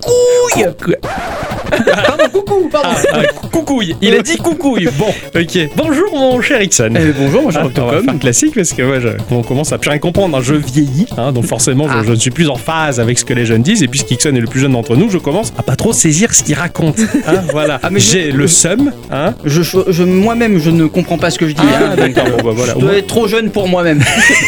coucouille Pardon, coucou, pardon. Euh, coucouille, il a dit coucouille. Bon, ok. Bonjour mon cher Ixon. Eh, bonjour, bonjour, Ah, on va faire classique parce que moi, je- on commence à bien comprendre. hein, je vieillis, hein, donc forcément, Ah. je, je ne suis plus en phase avec ce que les jeunes disent. Et puisqu'Ixon est le plus jeune d'entre nous, je commence à pas trop saisir ce qu'il raconte. hein, voilà. Ah, mais je- J'ai le seum. Hein. Je, je- moi-même, je ne comprends pas ce que je dis. hein, donc, euh, Bon, bah, voilà. je Au dois moins, être trop jeune pour moi-même.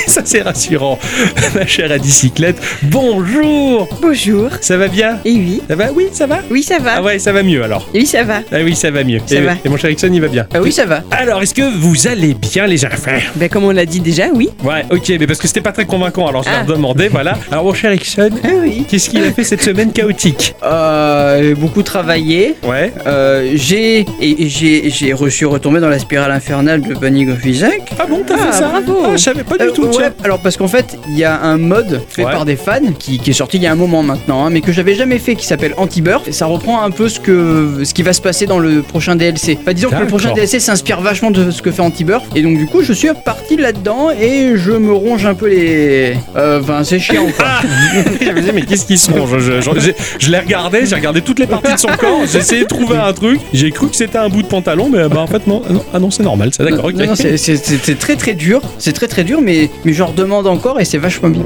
ça c'est rassurant. Ma chère à bicyclette. Bonjour. Bonjour. Ça va bien Et oui. Ça va Oui, ça va. Oui, ça va. Ah ouais, ça va mieux alors. Oui, ça va. Ah oui, ça va mieux. Ça et, va. et mon cher Ixon, il va bien. Ah oui, ça va. Alors, est-ce que vous allez bien, les enfants Ben, comme on l'a dit déjà, oui. Ouais, ok, mais parce que c'était pas très convaincant, alors je Ah. leur demandais, voilà. Alors, mon cher Ixon, Ah oui. qu'est-ce qu'il a fait cette semaine chaotique Euh, j'ai beaucoup travaillé. Ouais. Euh, j'ai et et j'ai j'ai reçu retomber dans la spirale infernale de Bunny of Isaac. Ah bon, t'as Ah, fait ça bravo. Ah, je savais pas du Euh, tout, ouais, tiens. alors parce qu'en fait, il y a un mode fait Ouais. par des fans qui, qui est sorti il y a un moment maintenant, hein, mais que j'avais jamais fait, qui s'appelle Anti-Burf. Et Ça reprend un peu ce que ce qui va se passer dans le prochain DLC. Enfin, disons que le D'accord. prochain DLC s'inspire vachement de ce que fait Anti-Burf. Et donc du coup, je suis parti là-dedans et je me ronge un peu les. Euh, Enfin, c'est chiant. Quoi. Ah, Je me disais, mais qu'est-ce qu'ils sont Je, je, je- j'ai- je l'ai regardé, j'ai regardé toutes les parties de son corps, j'ai essayé de trouver un truc, j'ai cru que c'était un bout de pantalon, mais bah en fait, non. non. Ah non, c'est normal, ça, d'accord, ok. Non, non, c'est- c'est c'est- c'est très très dur, c'est très très dur, mais, mais j'en redemande encore et c'est vachement bien.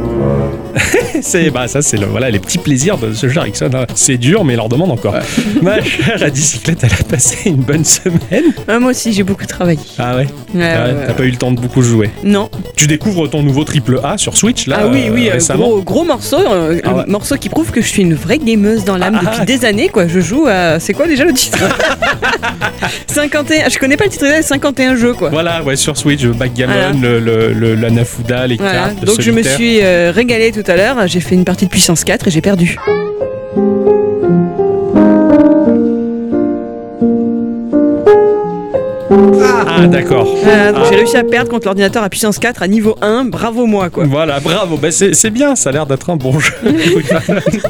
C'est bah ça c'est le, voilà les petits plaisirs de ce genre Ixon. hein. C'est dur mais il leur demande encore. Ma chère à bicyclette, elle a passé une bonne semaine. Ah, moi aussi, j'ai beaucoup travaillé. Ah ouais. Euh, Ouais, Ah ouais, ouais, T'as ouais. pas eu le temps de beaucoup jouer. Non. Tu découvres ton nouveau triple A sur Switch là. ah oui, euh, oui, euh, récemment. gros, gros morceau. euh, Ah ouais. un Morceau qui prouve que je suis une vraie gameuse dans l'âme Ah, ah, depuis ah. des années, quoi. Je joue à. C'est quoi déjà le titre 51. Je connais pas le titre exact, 51 jeux, quoi. Voilà, ouais, sur Switch, le backgammon, Voilà. le, le, le- l'anafuda, les Voilà. cartes, le Donc je me solitaire. suis euh, régalée tout à l'heure, j'ai fait une partie de puissance 4 et j'ai perdu. Ah d'accord. Voilà, donc Euh, J'ai réussi à perdre contre l'ordinateur à puissance 4 à niveau 1, bravo moi quoi. Voilà, bravo. Bah, c'est c'est bien, ça a l'air d'être un bon jeu.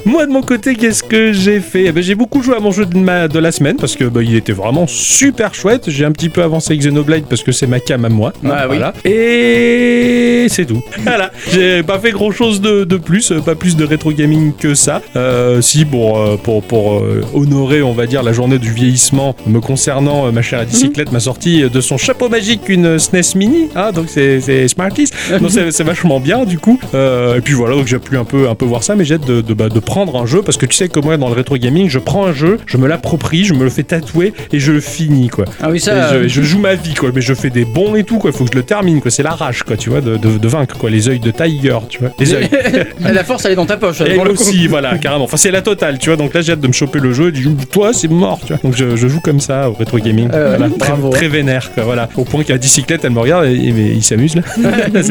Moi, de mon côté, qu'est-ce que j'ai fait Eh ben, J'ai beaucoup joué à mon jeu de, ma- de la semaine parce que bah, il était vraiment super chouette. J'ai un petit peu avancé avec Xenoblade parce que c'est ma cam à moi. Ah, oui. Et c'est tout. Voilà, j'ai pas fait grand-chose de, de plus, euh, pas plus de rétro gaming que ça. Euh, si, bon, euh, pour, pour euh, honorer, on va dire, la journée du vieillissement me concernant, euh, ma chère à bicyclette m'a sorti euh, de son chapeau magique une SNES Mini. Ah, donc c'est c'est Smarties. Non, c'est c'est vachement bien du coup. Euh, et puis voilà, donc j'ai pu un peu, un peu voir ça, mais j'ai hâte de, de- bah, de prendre un jeu parce que tu sais que moi dans le rétro gaming, je prends un jeu, je me l'approprie, je me le fais tatouer et je le finis quoi. Ah oui, ça. Et euh, je, je joue ma vie quoi, mais je fais des bons et tout quoi. Faut que je le termine quoi. C'est la rage quoi, tu vois, de, de- de vaincre quoi. Les œils de Tiger, tu vois. Les œils. La force, elle est dans ta poche. hein, Et pour le coup. aussi, voilà, carrément. Enfin, c'est la totale, tu vois. Donc là, j'ai hâte de me choper le jeu. Et du coup, toi, c'est mort, tu vois. Donc je, je joue comme ça au rétro gaming. Euh, Voilà, très, bravo. très vénère, quoi. Voilà. Au point qu'à bicyclette, elle me regarde et, et- mais il s'amuse là.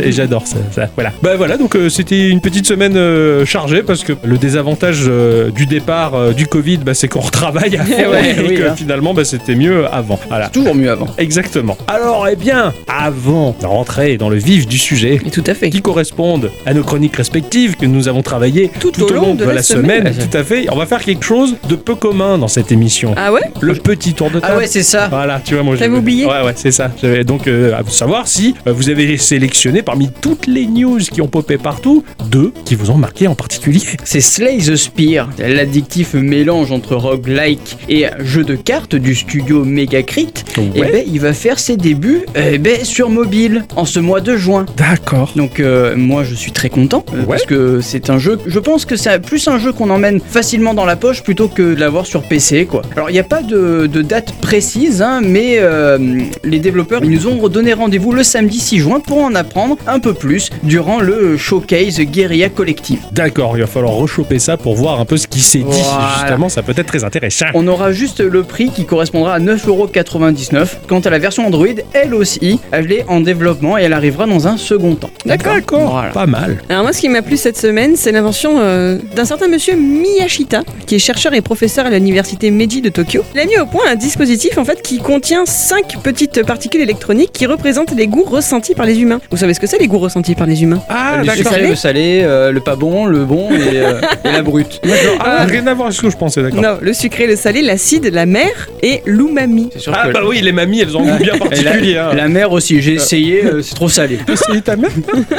et j'adore ça, ça. Voilà. Bah voilà. Donc euh, c'était une petite semaine euh, chargée parce que le désavantage euh, du départ euh, du Covid, bah, c'est qu'on retravaille. à fond Ouais, et oui, que hein. finalement, bah, c'était mieux avant. Voilà. Toujours mieux avant. Exactement. Alors, eh bien, avant de rentrer dans le vif du sujet, Mais tout à fait. qui correspondent à nos chroniques respectives que nous avons travaillées Tout au long de la semaine. Tout à fait. On va faire quelque chose de peu commun dans cette émission. Ah ouais Le petit tour de table. Ah ouais, c'est ça. Voilà, tu vois, moi J'avais oublié. Ouais, ouais, c'est ça. J'avais donc euh, à savoir si euh, vous avez sélectionné parmi toutes les news qui ont popé partout deux qui vous ont marqué en particulier. C'est Slay the Spear, l'addictif mélange entre roguelike et jeu de cartes du studio Megacrit. Et ben, il va faire ses débuts eh ben, sur mobile en ce mois de juin. D'accord. Donc euh, moi je suis très content euh, Ouais. parce que c'est un jeu. Je pense que c'est plus un jeu qu'on emmène facilement dans la poche plutôt que de l'avoir sur PC quoi. Alors il n'y a pas de, de date précise, hein, mais euh, les développeurs ils nous ont redonné rendez-vous le samedi 6 juin pour en apprendre un peu plus durant le showcase Guerilla Collective. D'accord, il va falloir rechoper ça pour voir un peu ce qui s'est dit. Voilà. Justement, ça peut être très intéressant. On aura juste le prix qui correspondra à 9,99€. Quant à la version Android, elle aussi, elle est en développement et elle arrivera dans un second temps. Voilà. Pas mal. Alors moi ce qui m'a plu cette semaine c'est l'invention euh, d'un certain monsieur Miyashita qui est chercheur et professeur à l'université Meiji de Tokyo. Il a mis au point un dispositif en fait qui contient cinq petites petites particules électroniques qui représentent les goûts ressentis par les humains. Vous savez ce que c'est les goûts ressentis par les humains Ah, le d'accord. sucré, le salé, euh, le pas bon, le bon et, euh, et la brute. D'accord. Ah, rien à voir avec ce que je pensais, d'accord. Non, le sucré, le salé, l'acide, la mer et l'umami. C'est sûr Ah, que bah oui, les mamies, elles ont un goût bien Et la, particulier. hein. la mère aussi, j'ai essayé, euh, c'est trop salé. C'est ta mère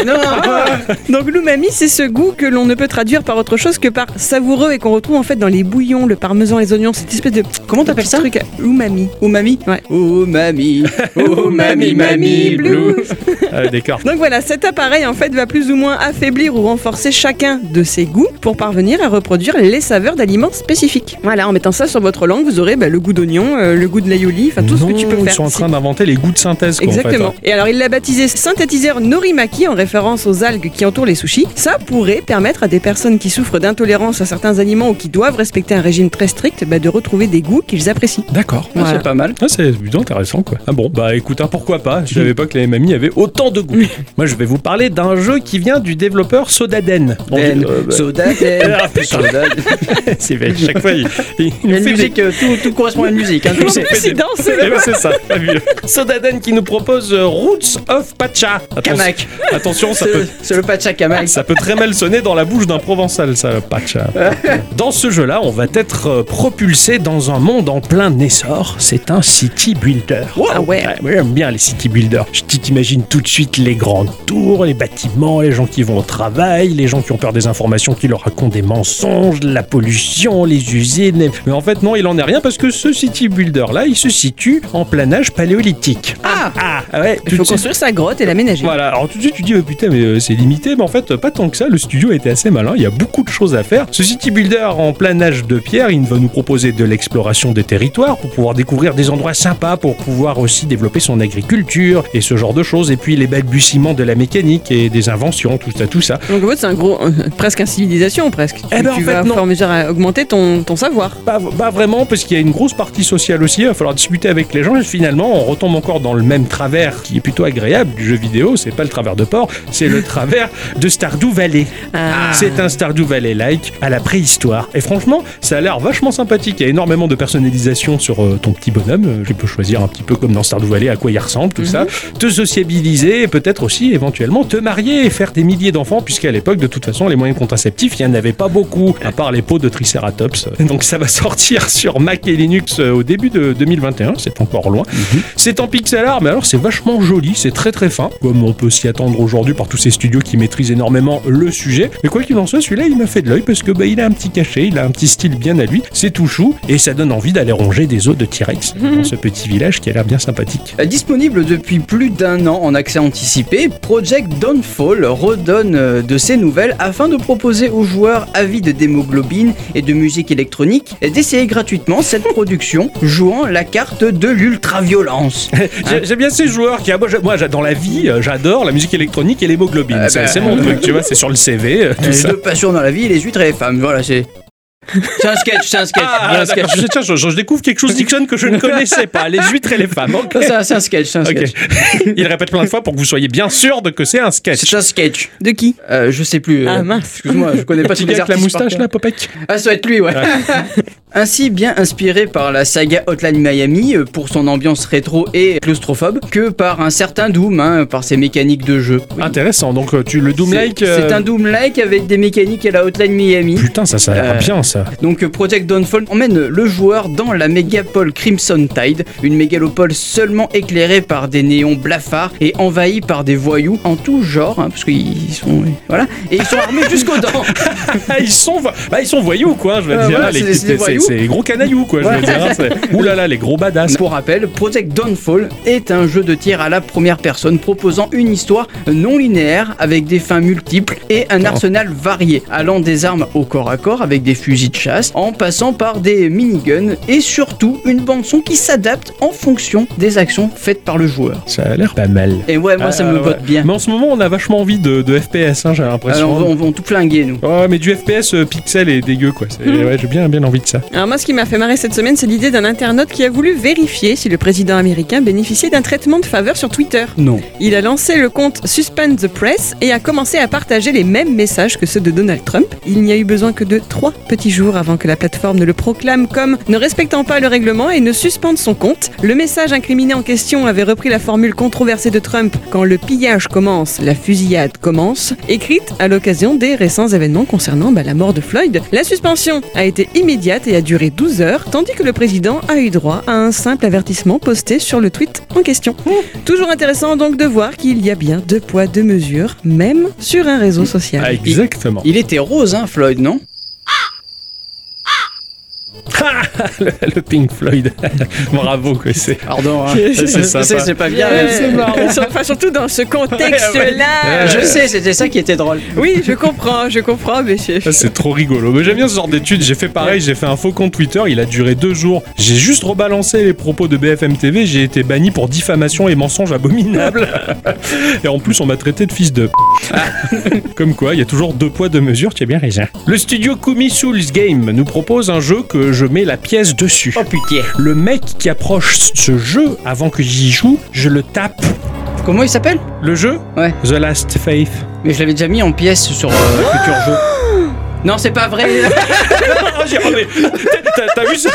Non, Donc l'umami, c'est ce goût que l'on ne peut traduire par autre chose que par savoureux et qu'on retrouve en fait dans les bouillons, le parmesan, les oignons, cette espèce de comment t'appelles ça truc umami. Oh mamie Ouais. Oh mamie Oh mamie, mamie, blue Ah, d'accord. Donc voilà, cet appareil en fait va plus ou moins affaiblir ou renforcer chacun de ses goûts pour parvenir à reproduire les saveurs d'aliments spécifiques. Voilà, en mettant ça sur votre langue, vous aurez bah, le goût d'oignon, euh, le goût de l'aïoli, enfin tout ce que tu peux Non, faire. Ils sont en Si- train d'inventer les goûts de synthèse, quoi, en fait, Exactement. hein. Et alors, il l'a baptisé synthétiseur norimaki en référence aux algues qui entourent les sushis. Ça pourrait permettre à des personnes qui souffrent d'intolérance à certains aliments ou qui doivent respecter un régime très strict bah, de retrouver des goûts qu'ils apprécient. D'accord. Ah, Voilà. C'est pas mal. Ah, c'est plutôt intéressant quoi. Ah bon, bah écoute, hein, pourquoi pas Je savais pas que les mamies avaient autant de goût. Moi, je vais vous parler d'un jeu qui vient du développeur Sodaden. Bon, Ben, Den, euh, bah, soda, den, Ah, putain. soda, den. c'est vrai, chaque fois, il, Ben, il nous Il y a fait une des- musique, euh, tout, tout correspond à une musique, hein, tu le sais. Fais C'est des- dansé Eh ben, c'est ça, fabuleux. Sodaden qui nous propose euh, Roots of Pacha. Atten- Kamak, Attention, ça c'est peut le, c'est le patcha Kamak. Ça peut très mal sonner dans la bouche d'un provençal, ça, le patch. Dans ce jeu-là, on va être euh, propulsé dans un monde en plein essor. C'est un city builder. Ah ouais. moi, j'aime bien les city builders. Je t- t'imagine tout de suite les grandes tours, les bâtiments, les gens qui vont au travail, les gens qui ont peur des informations, qui leur racontent des mensonges, la pollution, les usines. Mais en fait, non, il en est rien parce que ce city builder-là, il se situe en plein âge paléolithique. Ah Ah ouais, Il tout faut de suite- construire sa grotte et l'aménager. voilà, alors tout de suite tu dis oh, putain mais euh, c'est limité, mais en fait pas tant que ça, le studio était assez malin, il y a beaucoup de choses à faire. Ce city builder en plein âge de pierre, il va nous proposer de l'exploration des territoires pour pouvoir découvrir des endroits sympas, pour pouvoir aussi développer son agriculture et ce genre de choses, et puis les balbutiements de la mécanique et des inventions, tout ça, tout ça. Donc en fait, c'est un gros, presque un civilisation presque. Eh Tu- ben, en tu fait, vas non. au fur et à mesure à augmenter ton, ton savoir. Pas, pas vraiment, parce qu'il y a une grosse partie sociale aussi, il va falloir discuter avec les gens, et finalement on retombe encore dans le même travers qui est plutôt agréable du jeu vidéo, c'est pas le travers de port, c'est le travers de Stardew Valley. Ah. C'est un Stardew Valley-like à la préhistoire. Et franchement, ça a l'air vachement sympathique. Il y a énormément de personnalisation sur euh, ton petit bonhomme. Euh, Tu peux choisir un petit peu comme dans Stardew Valley à quoi il ressemble, tout ça. Te sociabiliser et peut-être aussi éventuellement te marier et faire des milliers d'enfants, puisqu'à l'époque, de toute façon, les moyens contraceptifs, il n'y en avait pas beaucoup, à part les peaux de Triceratops. Donc ça va sortir sur Mac et Linux euh, au début de 2021. C'est encore loin. C'est en pixel art, mais alors c'est vachement joli, c'est très très fin, comme on peut s'y attendre aujourd'hui par tous ces studios qui maîtrisent énormément le sujet. Mais quoi qu'il en soit, celui-là, il m'a fait de l'œil parce que bah, il a un petit cachet, il a un petit style bien à lui, c'est tout chou, et ça donne envie d'aller ronger des eaux de T-Rex dans ce petit village qui a l'air bien sympathique. Euh, Disponible depuis plus d'un an en accès anticipé, Project Downfall redonne euh, de ses nouvelles afin de proposer aux joueurs avides d'hémoglobine et de musique électronique d'essayer gratuitement cette production jouant la carte de l'ultra-violence. J'ai- J'aime bien ces joueurs qui, ah, moi, j'ai- moi j'ai- dans la vie, euh, j'adore la musique électronique et l'hémoglobine. Ah, Ça, bah. c'est mon truc, tu vois, c'est sur le CV, euh, tout les ça. deux passions dans la vie, les huîtres et les femmes. Voilà, c'est. C'est un sketch, c'est un sketch. Ah, c'est un sketch. d'accord. Je- tiens, je, je découvre quelque chose Dixon que je ne connaissais pas, les huîtres et les femmes. Ok. Ça, C'est un, c'est un sketch, c'est un sketch. Ok. Il répète plein de fois pour que vous soyez bien sûr de que c'est un sketch. C'est un sketch. De qui Euh, je sais plus. euh, Ah mince. Excuse-moi, je connais pas Petit tous les gars avec la artistes par moustache cœur. là, Popek Ah, ça doit être lui, ouais. Ainsi bien inspiré par la saga Hotline Miami euh, pour son ambiance rétro et claustrophobe que par un certain Doom, hein, par ses mécaniques de jeu. Intéressant, donc euh, tu le Doom Like. C'est c'est un Doom-like avec des mécaniques à la Hotline Miami. euh, Putain, ça, ça a l'air Euh, bien ça. Donc euh, Project Dawnfall emmène le joueur dans la mégapole Crimson Tide, une mégalopole seulement éclairée par des néons blafards et envahie par des voyous en tout genre, hein, parce qu'ils sont... Voilà, et ils sont armés jusqu'aux dents Ah, ils, sont, vo- bah, ils sont voyous quoi, je veux Euh, dire. voilà, les- c'est des- c'est des voyous. c'est les gros canailloux quoi, je veux Voilà. dire. hein, c'est- Ouh là là, les gros badass. Pour rappel, Project Dawnfall est un jeu de tir à la première personne proposant une histoire non linéaire avec des fins multiples et un arsenal varié, allant des armes au corps à corps avec des fusils de chasse, en passant par des miniguns et surtout une bande son qui s'adapte en fonction des actions faites par le joueur. Ça a l'air pas mal. Et Euh, ouais, moi ça Ah, me ouais. botte bien. Euh, Mais en ce moment, on a vachement envie de, de FPS, hein, j'ai l'impression. Oh, Alors on va, on va tout flinguer nous. Mhm. Ouais, mais du FPS euh, pixel et dégueu quoi. C'est- Ouais, j'ai bien, bien envie de ça. Alors moi, ce qui m'a fait marrer cette semaine, c'est l'idée d'un internaute qui a voulu vérifier si le président américain bénéficiait d'un traitement de faveur sur Twitter. Non. Il a lancé le compte Suspend the Press et a commencé à partager les mêmes messages que ceux de Donald Trump. Il n'y a eu besoin que de trois petits jours avant que la plateforme ne le proclame comme ne respectant pas le règlement et ne suspende son compte. Le message incriminé en question avait repris la formule controversée de Trump quand le pillage commence, la fusillade commence, écrite à l'occasion des récents événements concernant bah, la mort de Floyd. La suspension a été immédiate et a duré 12 heures, tandis que le président a eu droit à un simple avertissement posté sur le tweet en question. Toujours intéressant donc de voir qu'il y a bien deux poids, deux mesures, même sur un réseau social. Ah, exactement. Il était rose, hein, Floyd, non le, le Pink Floyd. Bravo, que c'est. Pardon, hein. C'est sympa. C'est c'est pas bien. Ouais, mais- Euh, Enfin, surtout dans ce contexte-là. Euh, Je sais, c'était ça qui était drôle. Oui, je comprends, je comprends, mais je- Ça, C'est trop rigolo. Mais j'aime bien ce genre d'études. J'ai fait pareil, j'ai fait un faux compte Twitter. Il a duré deux jours. J'ai juste rebalancé les propos de BFM TV. J'ai été banni pour diffamation et mensonge abominable. et en plus, on m'a traité de fils de. p- Comme quoi, il y a toujours deux poids, deux mesures. Tu as bien raison. Le studio Kumi Souls Game nous propose un jeu que je mets la pièce dessus. Oh putain. Le mec qui approche ce jeu avant que j'y joue, je le tape. Comment il s'appelle Le jeu Ouais. The Last Faith. Mais je l'avais déjà mis en pièce sur euh, Futur Jeu. Non, c'est pas vrai. Oh, j'ai remis. T'as- T'as t'as vu ce...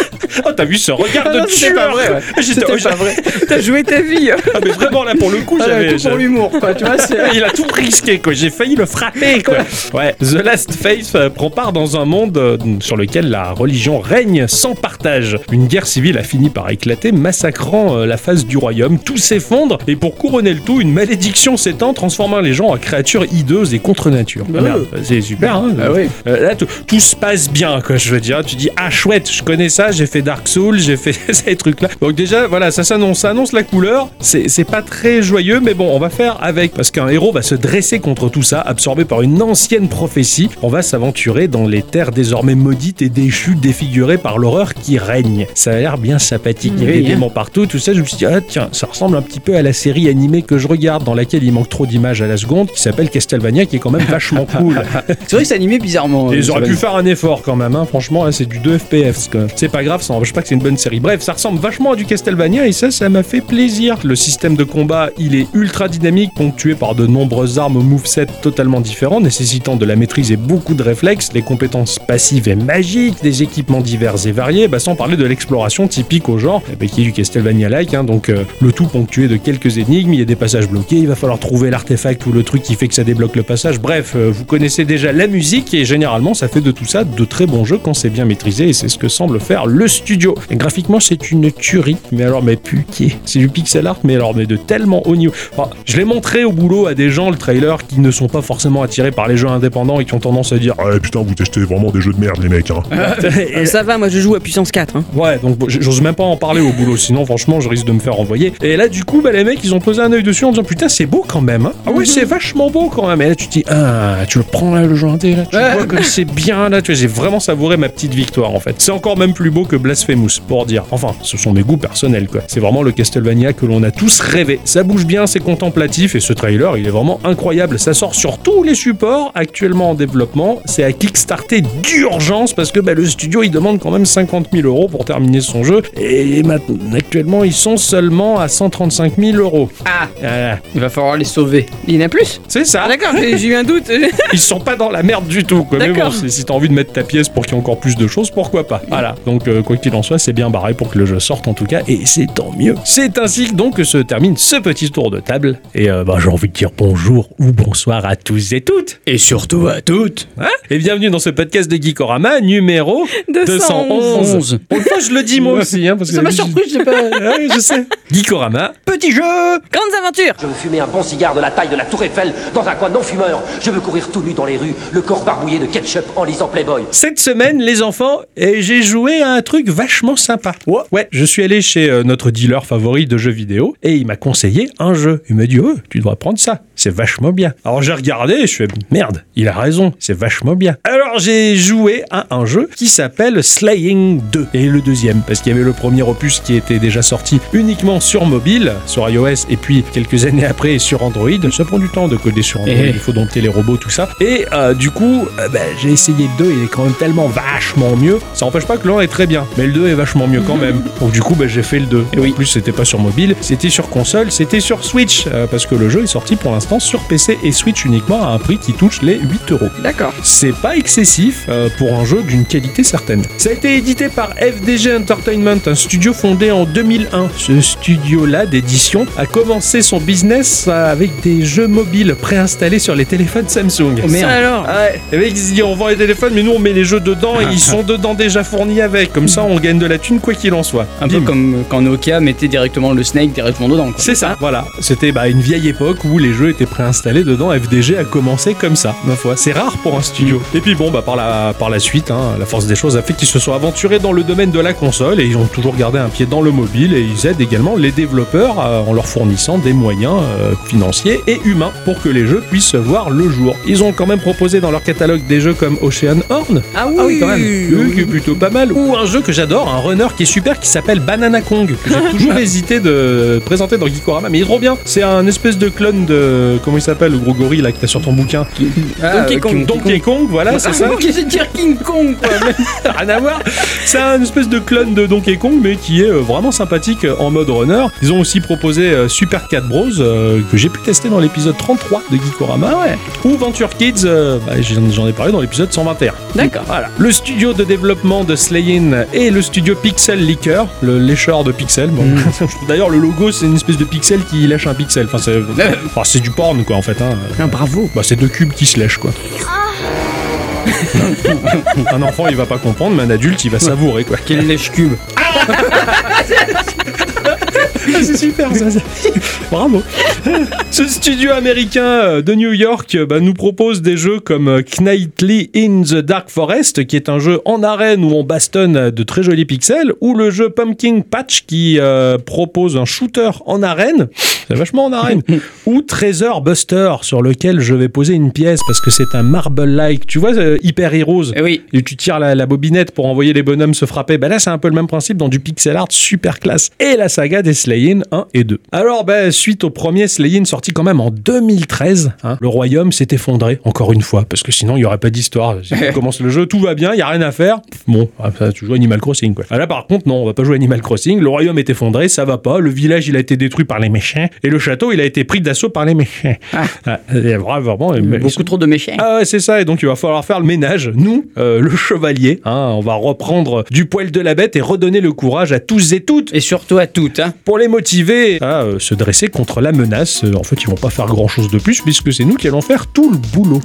oh, t'as vu ce regard Ah de non, c'était tueur pas vrai, ouais. J'étais- oh, C'était j'a- pas vrai. t'as joué ta vie. Ah, mais vraiment là pour le coup, Voilà, j'avais. tout pour j'avais- l'humour, quoi. Tu vois, c'est. Il a tout risqué, quoi. J'ai failli le frapper, quoi. Ouais. The Last Faith euh, prend part dans un monde euh, sur lequel la religion règne sans partage. Une guerre civile a fini par éclater, massacrant euh, la face du royaume. Tout s'effondre et pour couronner le tout, une malédiction s'étend, transformant les gens en créatures hideuses et contre nature. Bah Merde, oui. c'est super, hein. Ah oui. Euh, là, tout, tout se passe bien, quoi, je veux dire. Tu dis, ah chouette, je connais ça, j'ai fait Dark Souls, j'ai fait ces trucs-là. Donc déjà, voilà, ça s'annonce, ça annonce la couleur. C'est c'est pas très joyeux, mais bon, on va faire avec. Parce qu'un héros va se dresser contre tout ça, absorbé par une ancienne prophétie. On va s'aventurer dans les terres désormais maudites et déchues, défigurées par l'horreur qui règne. Ça a l'air bien sympathique. Il y avait Oui, des hein. démons partout, tout ça. Je me suis dit, ah tiens, ça ressemble un petit peu à la série animée que je regarde, dans laquelle il manque trop d'images à la seconde, qui s'appelle Castlevania, qui est quand même vachement cool. C'est vrai que c'est animé bizarrement. Et euh, ils auraient ça pu va. faire un effort quand même, hein. franchement, là c'est du 2 FPS. quoi. C'est pas grave, ça n'empêche pas que c'est une bonne série. Bref, ça ressemble vachement à du Castlevania et ça, ça m'a fait plaisir. Le système de combat, il est ultra dynamique, ponctué par de nombreuses armes au moveset totalement différents, nécessitant de la maîtrise et beaucoup de réflexes, les compétences passives et magiques, des équipements divers et variés, bah, sans parler de l'exploration typique au genre, eh ben, qui est du Castlevania-like, hein. donc euh, le tout ponctué de quelques énigmes, il y a des passages bloqués, il va falloir trouver l'artefact ou le truc qui fait que ça débloque le passage, bref, euh, vous connaissez déjà la musique et généralement ça fait de tout ça de très bons jeux quand c'est bien maîtrisé et c'est ce que semble faire le studio. Et graphiquement c'est une tuerie, mais alors mais putain, c'est du pixel art, mais alors mais de tellement haut niveau. Enfin, je l'ai montré au boulot à des gens le trailer qui ne sont pas forcément attirés par les jeux indépendants et qui ont tendance à dire Ah, Ouais, putain, vous testez vraiment des jeux de merde, les mecs, hein. Euh, Ça va, moi je joue à puissance 4. hein. Ouais, donc bon, j'ose même pas en parler au boulot, sinon franchement je risque de me faire envoyer. Et là du coup, bah, les mecs ils ont posé un œil dessus en disant putain c'est beau quand même. hein. Ah oui c'est vachement beau quand même. Et là tu te dis ah tu le prends là le joint là, tu Ouais. vois comme c'est bien là. Tu vois j'ai vraiment savouré ma petite victoire en fait. C'est encore même plus beau que Blasphemous pour dire. Enfin ce sont mes goûts personnels quoi. C'est vraiment le Castlevania que l'on a tous rêvé. Ça bouge bien, c'est contemplatif et ce trailer il est vraiment incroyable. Ça sort sur tous les supports actuellement en développement. C'est à Kickstarter d'urgence parce que bah, le studio il demande quand même 50 000 euros pour terminer son jeu et maintenant, actuellement ils sont seulement à 135 000 euros. Ah, Voilà. il va falloir les sauver. Il y en a plus. c'est ça. Ah, d'accord, j'ai j'ai eu un doute. ils sont pas dans la merde du tout. Quoi. Mais bon, D'accord. si, si t'as envie de mettre ta pièce pour qu'il y ait encore plus de choses, pourquoi Mm. pas Voilà. Donc, euh, quoi qu'il en soit, c'est bien barré pour que le jeu sorte en tout cas, et c'est tant mieux. C'est ainsi donc que se termine ce petit tour de table. Et euh, bah, j'ai envie de dire bonjour ou bonsoir à tous et toutes. Et surtout à toutes. Hein et bienvenue dans ce podcast de Geekorama numéro 211. 11. Pour une fois, je le dis moi aussi, hein, parce que Ça m'a surpris, je sais pas. Ouais, je sais. Geekorama, Petit jeu Grandes aventures Je veux fumer un bon cigare de la taille de la Tour Eiffel dans un coin non fumeur. Je veux courir tout nu dans les rues, le corps barbouillé de ketchup en lisant Playboy. Cette semaine, les enfants, et j'ai joué à un truc vachement sympa. Ouais, je suis allé chez euh, notre dealer favori de jeux vidéo et il m'a conseillé un jeu. Il m'a dit, oh, tu devrais prendre ça. c'est vachement bien. Alors j'ai regardé, et je fais merde, il a raison, c'est vachement bien. Alors j'ai joué à un jeu qui s'appelle Slaying 2 et le deuxième parce qu'il y avait le premier opus qui était déjà sorti uniquement sur mobile, sur iOS et puis quelques années après sur Android. Ça prend du temps de coder sur Android, Eh. il faut dompter les robots tout ça. Et euh, du coup, euh, ben, j'ai essayé le 2, il est quand même tellement vachement mieux. Ça n'empêche pas que le 1 est très bien, mais le 2 est vachement mieux quand même. Donc du coup, ben, j'ai fait le 2. Et en plus, c'était pas sur mobile, c'était sur console, c'était sur Switch euh, parce que le jeu est sorti pour l'instant sur PC et Switch uniquement à un prix qui touche les 8 euros. D'accord. C'est pas excessif euh, pour un jeu d'une qualité certaine. Ça a été édité par FDG Entertainment, un studio fondé en 2001. Ce studio-là d'édition a commencé son business euh, avec des jeux mobiles préinstallés sur les téléphones Samsung. Oh, merde. Alors, Ah ouais, les mecs, ils disent, on vend les téléphones, mais nous on met les jeux dedans et ils sont dedans déjà fournis avec. Comme ça, on gagne de la thune quoi qu'il en soit. Un peu Bim. comme euh, quand Nokia mettait directement le Snake directement dedans. Quoi. C'est ça, voilà. C'était bah, une vieille époque où les jeux étaient préinstallés dedans. FDG a commencé comme ça, ma foi. C'est rare pour un studio. Et puis bon, bah, par, la, par la suite, hein, la force des choses a fait qu'ils se sont aventurés dans le domaine de la console et ils ont toujours gardé un pied dans le mobile et ils aident également les développeurs euh, en leur fournissant des moyens euh, financiers et humains pour que les jeux puissent voir le jour. Ils ont quand même proposé dans leur catalogue des jeux comme Ocean Horn, ah oui, ah oui, quand même. Oui, qui est plutôt pas mal. Ou un jeu que j'adore, un runner qui est super, qui s'appelle Banana Kong. que J'ai toujours hésité de présenter dans Geekorama, mais il est trop bien. C'est un espèce de clone de. Comment il s'appelle, le gros gorille là que t'as sur ton bouquin Ah, Donkey euh, Kong. King- Donkey Kong, Ah, voilà, c'est ça. J'ai dit Ah, dire King Kong quoi. Rien à voir. C'est un espèce de clone de Donkey Kong, mais qui est euh, vraiment sympathique euh, en mode runner. Ils ont aussi proposé euh, Super Cat Bros, euh, que j'ai pu tester dans l'épisode 33 de Geekorama. Ou Venture Kids, euh, bah, j'en j'en ai parlé dans l'épisode 121. D'accord. Voilà. Le studio de développement de Slayin et le studio Pixel Liquor, le lécheur de pixels. Bon. D'ailleurs, le logo, c'est une espèce de pixel qui lâche un pixel. Enfin, c'est enfin, c'est du porn, quoi, en fait. hein. bravo. Bah, c'est deux cubes qui se lèchent, quoi. un enfant, il va pas comprendre, mais un adulte, il va savourer, quoi. Quel lèche cube. c'est super, ça. Bravo. Ce studio américain euh, de New York euh, bah, nous propose des jeux comme euh, Knightly in the Dark Forest, qui est un jeu en arène où on bastonne euh, de très jolis pixels, ou le jeu Pumpkin Patch qui euh, propose un shooter en arène, c'est vachement en arène, ou Treasure Buster sur lequel je vais poser une pièce parce que c'est un marble-like, tu vois, euh, Hyper Heroes. Eh oui. Et tu tires la, la bobinette pour envoyer les bonhommes se frapper. Bah là, c'est un peu le même principe dans du pixel art super classe. Et la saga des Slayin 1 et 2. Alors, bah, suite au premier Slayin sorti quand même en 2013, hein, le royaume s'est effondré, encore une fois, parce que sinon, il n'y aurait pas d'histoire. Si tu commences le jeu, tout va bien, il n'y a rien à faire. Bon, ah, ça, tu joues Animal Crossing, quoi. Ah, Là, par contre, non, on va pas jouer Animal Crossing. Le royaume est effondré, ça va pas. Le village, il a été détruit par les méchants. Et le château, il a été pris d'assaut par les méchants. Ah, et vraiment, ils sont- Beaucoup trop de méchants. ah ouais, c'est ça, et donc il va falloir faire le ménage. Nous, euh, le chevalier, hein, on va reprendre du poil de la bête et redonner le courage à tous et toutes Et surtout à toutes. Hein. pour les motiver à euh, se dresser contre la menace. Euh, En fait, ils vont pas faire grand chose de plus puisque c'est nous qui allons faire tout le boulot.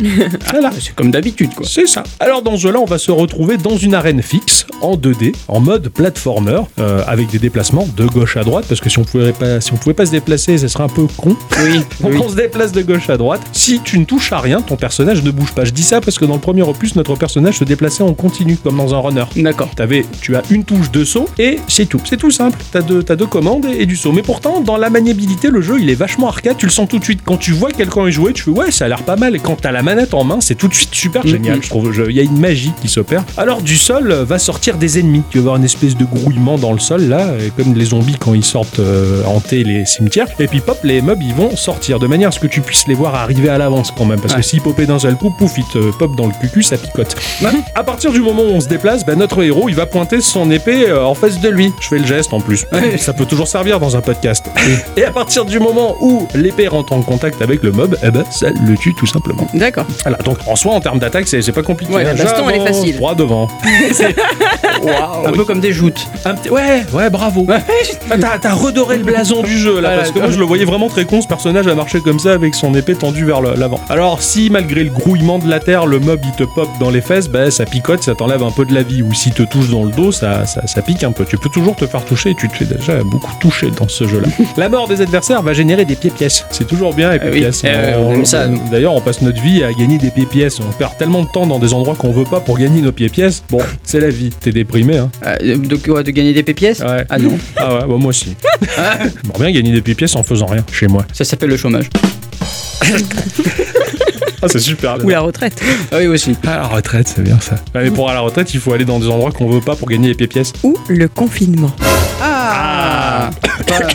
voilà. C'est comme d'habitude quoi. C'est ça. Alors dans ce jeu-là, on va se retrouver dans une arène fixe, en 2D, en mode platformer, euh, avec des déplacements de gauche à droite, parce que si on pouvait pas, si on pouvait pas se déplacer, ça serait un peu con. Oui. Donc on se déplace de gauche à droite. Si tu ne touches à rien, ton personnage ne bouge pas. Je dis ça parce que dans le premier opus, notre personnage se déplaçait en continu, comme dans un runner. D'accord. T'avais, tu as une touche de saut et c'est tout. C'est tout simple. T'as deux, t'as deux commandes et, et du saut. Mais pourtant, dans la maniabilité, le jeu il est vachement arcade. Tu le sens tout de suite. Quand tu vois quelqu'un y jouer, tu fais ouais, ça a l'air pas mal. Et quand t'as la manette en main, c'est tout de suite super génial. Mhm. Je trouve, je- il y a une magie qui s'opère. Alors du sol euh, va sortir des ennemis. Tu vas avoir une espèce de grouillement dans le sol là, euh, comme les zombies quand ils sortent euh, hanter les cimetières. Et puis pop, les mobs ils vont sortir de manière à ce que tu puisses les voir arriver à l'avance quand même. Parce Ouais. que s'ils popaient d'un seul coup, pouf, ils te pop dans le cucu, ça picote. Bah, à partir du moment où on se déplace, bah, notre héros il va pointer son épée euh, en face de lui. Je fais le geste en plus. Ouais. Ça peut toujours servir dans un podcast. Et à partir du moment où l'épée rentre en contact avec le mob, eh ben, ça le tue tout simplement. D'accord. Voilà, donc en soi, en termes d'attaque, c'est c'est pas compliqué. Ouais, la J'avance, baston, elle est facile. Droit devant. un peu comme des joutes. Un petit- Ouais, ouais, bravo. Ah, T'as t'as redoré le blason du jeu là, Ah, parce que là, moi je le voyais vraiment très con, ce personnage à marcher comme ça avec son épée tendue vers le- l'avant. Alors si malgré le grouillement de la terre, le mob il te pop dans les fesses, bah ça picote, ça t'enlève un peu de la vie, ou si te touche dans le dos, ça, ça, ça pique un peu. Tu peux toujours te faire toucher, et tu te fais déjà beaucoup toucher dans ce jeu là. la mort des adversaires va générer des pieds-pièces. C'est toujours bien les Ah oui, pieds-pièces. euh, On- on aime ça, nous. D'ailleurs on passe notre vie à gagner des pieds-pièces, on perd tellement de temps dans des endroits qu'on veut pas pour gagner nos pieds-pièces. Bon, c'est la vie, t'es déprimé hein. Euh, de quoi De gagner des pépièces Ouais. Ah non. Ah ouais, bah moi aussi. J'aimerais bien gagner des pièces en faisant rien chez moi. Ça s'appelle le chômage. Ah, c'est super. Ou la retraite. Ah oui, aussi. À la retraite, c'est bien ça. Ouais, mais pour aller à la retraite, il faut aller dans des endroits qu'on veut pas pour gagner les pièces. Ou le confinement. Ah, Voilà.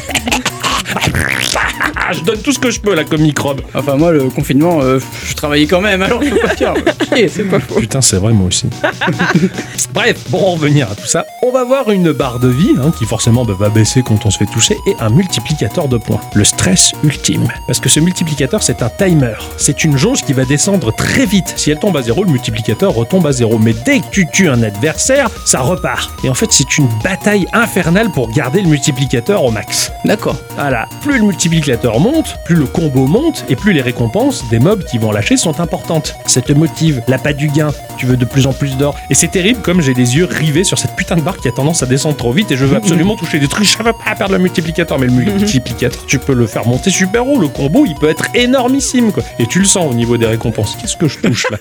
Ah, je donne tout ce que je peux là comme microbe. Enfin, moi, le confinement, euh, je travaillais quand même, alors je peux pas dire. Ok, Ah, c'est pas faux. Putain, c'est vrai, moi aussi. Bref, pour en revenir à tout ça, on va voir une barre de vie hein, qui forcément bah, va baisser quand on se fait toucher et un multiplicateur de points. Le stress ultime. Parce que ce multiplicateur, c'est un timer. C'est une jauge qui va descendre très vite. Si elle tombe à zéro, le multiplicateur retombe à zéro. Mais dès que tu tues un adversaire, ça repart. Et en fait, c'est une bataille infernale pour garder le multiplicateur au max. D'accord. Voilà, plus le multiplicateur monte, plus le combo monte et plus les récompenses des mobs qui vont lâcher sont importantes. Ça te motive, l'appât du gain, tu veux de plus en plus d'or. Et c'est terrible comme j'ai les yeux rivés sur cette putain de barre qui a tendance à descendre trop vite et je veux absolument toucher des trucs, je veux pas perdre le multiplicateur. Mais le multiplicateur, tu peux le faire monter super haut, le combo il peut être énormissime quoi. Et tu le sens au niveau des récompenses. Qu'est-ce que je touche là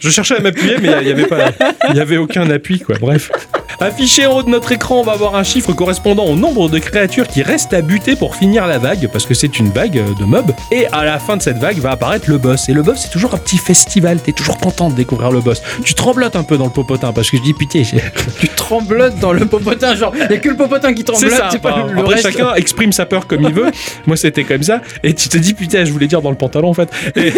Je cherchais à m'appuyer mais il y avait pas, il y avait aucun appui quoi, bref. Affiché en haut de notre écran, on va avoir un chiffre correspondant au nombre de créatures qui restent à buter pour finir la vague, parce que c'est une vague euh, de mobs. Et à la fin de cette vague va apparaître le boss. Et le boss, c'est toujours un petit festival. T'es toujours content de découvrir le boss. Tu tremblotes un peu dans le popotin, parce que je dis putain. j'ai- Tu tremblotes dans le popotin, genre, y a que le popotin qui C'est tremblote, ça. c'est pas enfin, le, le après, reste. chacun exprime sa peur comme il veut. Moi, c'était comme ça. Et tu te dis putain, je voulais dire dans le pantalon en fait. Et,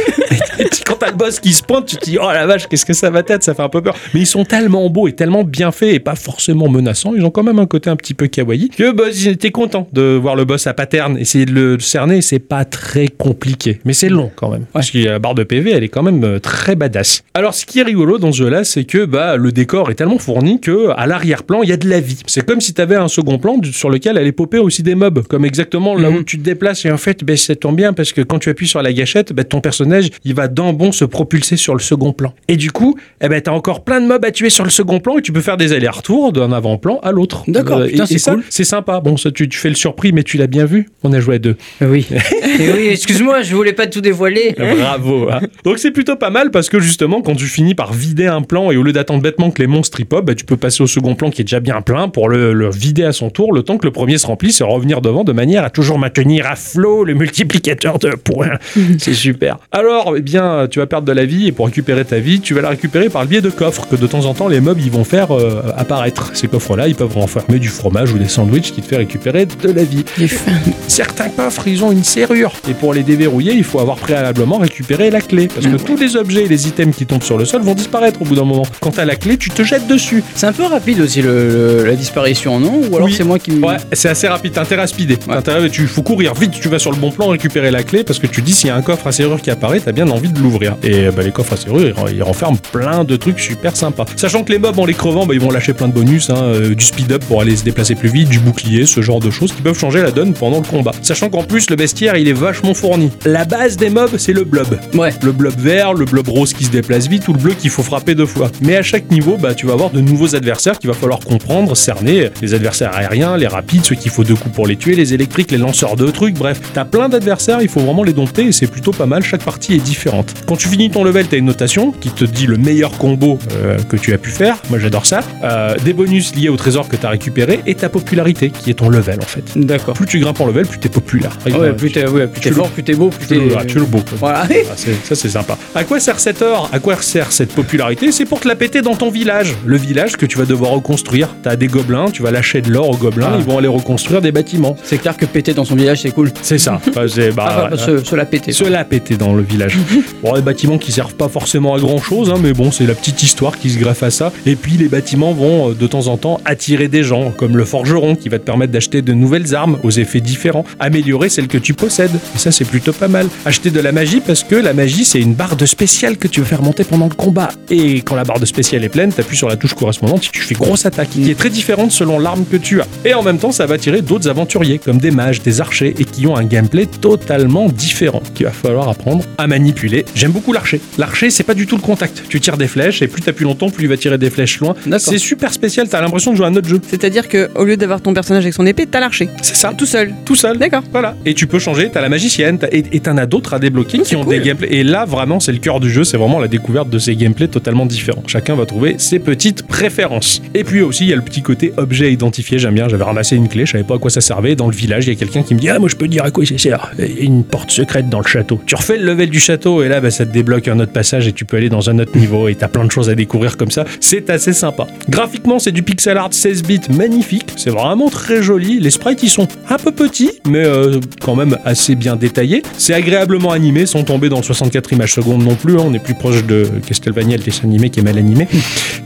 et tu- quand t'as le boss qui se pointe, tu te dis oh la vache, qu'est-ce que ça va être Ça fait un peu peur. Mais ils sont tellement beaux et tellement bien faits et pas forcément menaçants. Ils ont quand même un côté un petit peu kawaii. Que bah, j'étais content de voir le boss à pattern. Essayer de le cerner, c'est pas très compliqué. Mais c'est long quand même. Parce que la barre de PV, elle est quand même euh, très badass. Alors, ce qui est rigolo dans ce jeu-là, c'est que bah, le décor est tellement fourni que à l'arrière-plan, il y a de la vie. C'est comme si t'avais un second plan du- sur lequel allait popper aussi des mobs. Comme exactement là Mhm. où tu te déplaces. Et en fait, ben, ça tombe bien parce que quand tu appuies sur la gâchette, ben, ton personnage, il va d'un bond se propulser sur le second plan. Et du coup, eh ben, t'as encore plein de mobs à tuer sur le second plan et tu peux faire des allers-retours d'un avant-plan à l'autre. D'accord, et- putain, et c'est ça, cool. C'est sympa. Bon, ça, tu, tu fais le surpris, mais tu l'as bien vu. On a joué à deux. Euh, Oui. Et oui, excuse-moi, je voulais pas tout dévoiler. Bravo. hein. Donc c'est plutôt pas mal parce que justement quand tu finis par vider un plan et au lieu d'attendre bêtement que les monstres y pop, bah, tu peux passer au second plan qui est déjà bien plein pour le, le vider à son tour le temps que le premier se remplisse et revenir devant de manière à toujours maintenir à flot le multiplicateur de points. c'est super. Alors eh bien tu vas perdre de la vie et pour récupérer ta vie tu vas la récupérer par le biais de coffres que de temps en temps les mobs ils vont faire euh, apparaître. Ces coffres là ils peuvent renfermer du fromage ou des sandwichs qui te fait récupérer de la vie. J'ai faim. Certains coffres, ils ont une serrure. Et pour les déverrouiller, il faut avoir préalablement récupéré la clé. Parce que tous les objets et les items qui tombent sur le sol vont disparaître au bout d'un moment. Quand t'as la clé, tu te jettes dessus. C'est un peu rapide aussi le, le- la disparition, non Ou alors Oui. c'est moi qui me. Ouais, c'est assez rapide. T'as intérêt à speeder. T'as Ouais. intérêt- tu faut courir vite. Tu vas sur le bon plan récupérer la clé parce que tu dis s'il y a un coffre à serrure qui apparaît, t'as bien envie de l'ouvrir. Et euh, bah, les coffres à serrure, ils ren- ils renferment plein de trucs super sympas. Sachant que les mobs en les crevant, bah, ils vont lâcher plein de bonus, hein, euh, du speed up pour aller se déplacer plus vite, du bouclier, ce genre de choses qui peuvent changer la donne pendant le combat. Sachant qu'en plus le bestiaire, il est vachement fourni. La base des mobs, c'est le blob. Ouais. Le blob vert, le blob rose qui se déplace vite ou le bleu qu'il faut frapper deux fois. Mais à chaque niveau, bah, tu vas avoir de nouveaux adversaires qu'il va falloir comprendre, cerner. Les adversaires aériens, les rapides, ceux qu'il faut deux coups pour les tuer, les électriques, les lanceurs de trucs, bref. T'as plein d'adversaires, il faut vraiment les dompter et c'est plutôt pas mal. Chaque partie est différente. Quand tu finis ton level, t'as une notation qui te dit le meilleur combo euh, que tu as pu faire. Moi j'adore ça. Euh, des bonus liés au trésor que t'as récupéré et ta popularité qui est ton level en fait. D'accord. Plus tu grimpes en level, plus t'es populaire. Ah Ouais, plus t'es ouais, tu plus t'es le- fort, plus t'es beau, tu plus t'es. le- ah, tu le beau. quoi. Voilà. Ah, c'est- ça c'est sympa. À quoi sert cet or À quoi sert cette popularité C'est pour te la péter dans ton village. Le village que tu vas devoir reconstruire. T'as des gobelins, tu vas lâcher de l'or aux gobelins, Ah. ils vont aller reconstruire des bâtiments. C'est clair que péter dans son village, c'est cool. C'est ça. Enfin, c'est- bah, Ah, ouais. bah, se, se la péter. se la péter dans le village. bon, les bâtiments qui servent pas forcément à grand chose, mais bon, c'est la petite histoire qui se greffe à ça. Et puis, les bâtiments vont euh, de temps en temps attirer des gens, comme le forgeron qui va te permettre d'acheter de nouvelles armes aux effets différents, améliorer celles que tu possèdes. Et ça, c'est plutôt pas mal. Acheter de la magie parce que la magie, c'est une barre de spécial que tu veux faire monter pendant le combat. Et quand la barre de spécial est pleine, t'appuies sur la touche correspondante, tu fais grosse attaque, qui est très différente selon l'arme que tu as. Et en même temps, ça va attirer d'autres aventuriers, comme des mages, des archers, et qui ont un gameplay totalement différent, qu'il va falloir apprendre à manipuler. J'aime beaucoup l'archer. L'archer, c'est pas du tout le contact. Tu tires des flèches, et plus t'appuies longtemps, plus il va tirer des flèches loin. D'accord. C'est super spécial, t'as l'impression de jouer à un autre jeu. C'est-à-dire que au lieu d'avoir ton personnage avec son épée, t'as l'archer. C'est ça, Tout seul. tout seul. D'accord. Voilà. Et tu peux changer, t'as la magicienne, t'as- et et t'en as d'autres à débloquer Oh, qui c'est ont cool. des gameplays. Et là, vraiment, c'est le cœur du jeu, c'est vraiment la découverte de ces gameplays totalement différents. Chacun va trouver ses petites préférences. Et puis aussi, il y a le petit côté objet identifié, j'aime bien. J'avais ramassé une clé, je savais pas à quoi ça servait. Dans le village, il y a quelqu'un qui me dit Ah, moi je peux te dire à quoi il sert. Il y a une porte secrète dans le château. Tu refais le level du château, et là, bah, ça te débloque un autre passage, et tu peux aller dans un autre niveau, et t'as plein de choses à découvrir comme ça. C'est assez sympa. Graphiquement, c'est du pixel art 16 bits magnifique. C'est vraiment très joli. Les sprites, ils sont un peu petits, mais euh, quand même assez bien détaillés. C'est agréablement animé, sans tomber dans le 64 images secondes non plus. hein. On est plus proche de Castlevania, le dessin animé qui est mal animé.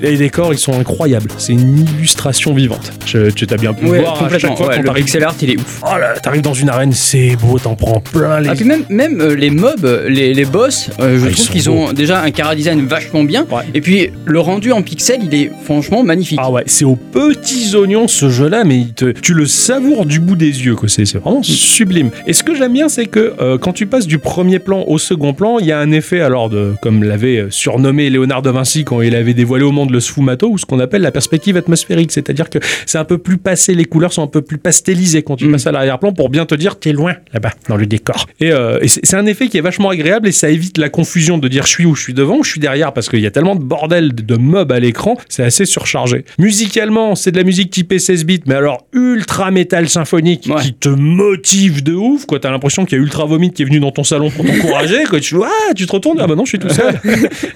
Les décors, ils sont incroyables. C'est une illustration vivante. Je- tu t'as bien pu Ouais, voir à chaque complètement. fois ouais, quand le t'arrives pixel art, il est ouf. Oh là, t'arrives dans une arène, c'est beau, t'en prends plein les Ah, puis même, même euh, les mobs, euh, les, les boss, euh, je Ah, ils trouve sont qu'ils ont déjà un chara design vachement bien. Ouais. Et puis le rendu en pixel, il est franchement magnifique. Ah ouais, c'est aux petits oignons ce jeu-là, mais il te- tu le savoures du bout des yeux, que c'est c'est vraiment sublime. Et ce que j'aime bien, c'est que euh, quand tu passes du premier plan au second plan, il y a un effet, alors de, comme l'avait euh, surnommé Léonard de Vinci quand il avait dévoilé au monde le sfumato, ou ce qu'on appelle la perspective atmosphérique, c'est-à-dire que c'est un peu plus passé, les couleurs sont un peu plus pastelisées quand tu Mm. passes à l'arrière-plan pour bien te dire t'es loin là-bas dans le décor. Et, euh, et c'est c'est un effet qui est vachement agréable et ça évite la confusion de dire je suis où, je suis devant, ou je suis derrière parce qu'il y a tellement de bordel de- de mobs à l'écran, c'est assez surchargé. Musicalement, c'est de la musique typée 16 bits, mais alors ultra métal symphonique Ouais. qui te motive de ouf, quoi. T'as l'impression qu'il y a ultra vomite qui est venu dans ton salon pour t'encourager, quoi. Tu, ah, tu te retournes, ah bah non, je suis tout seul.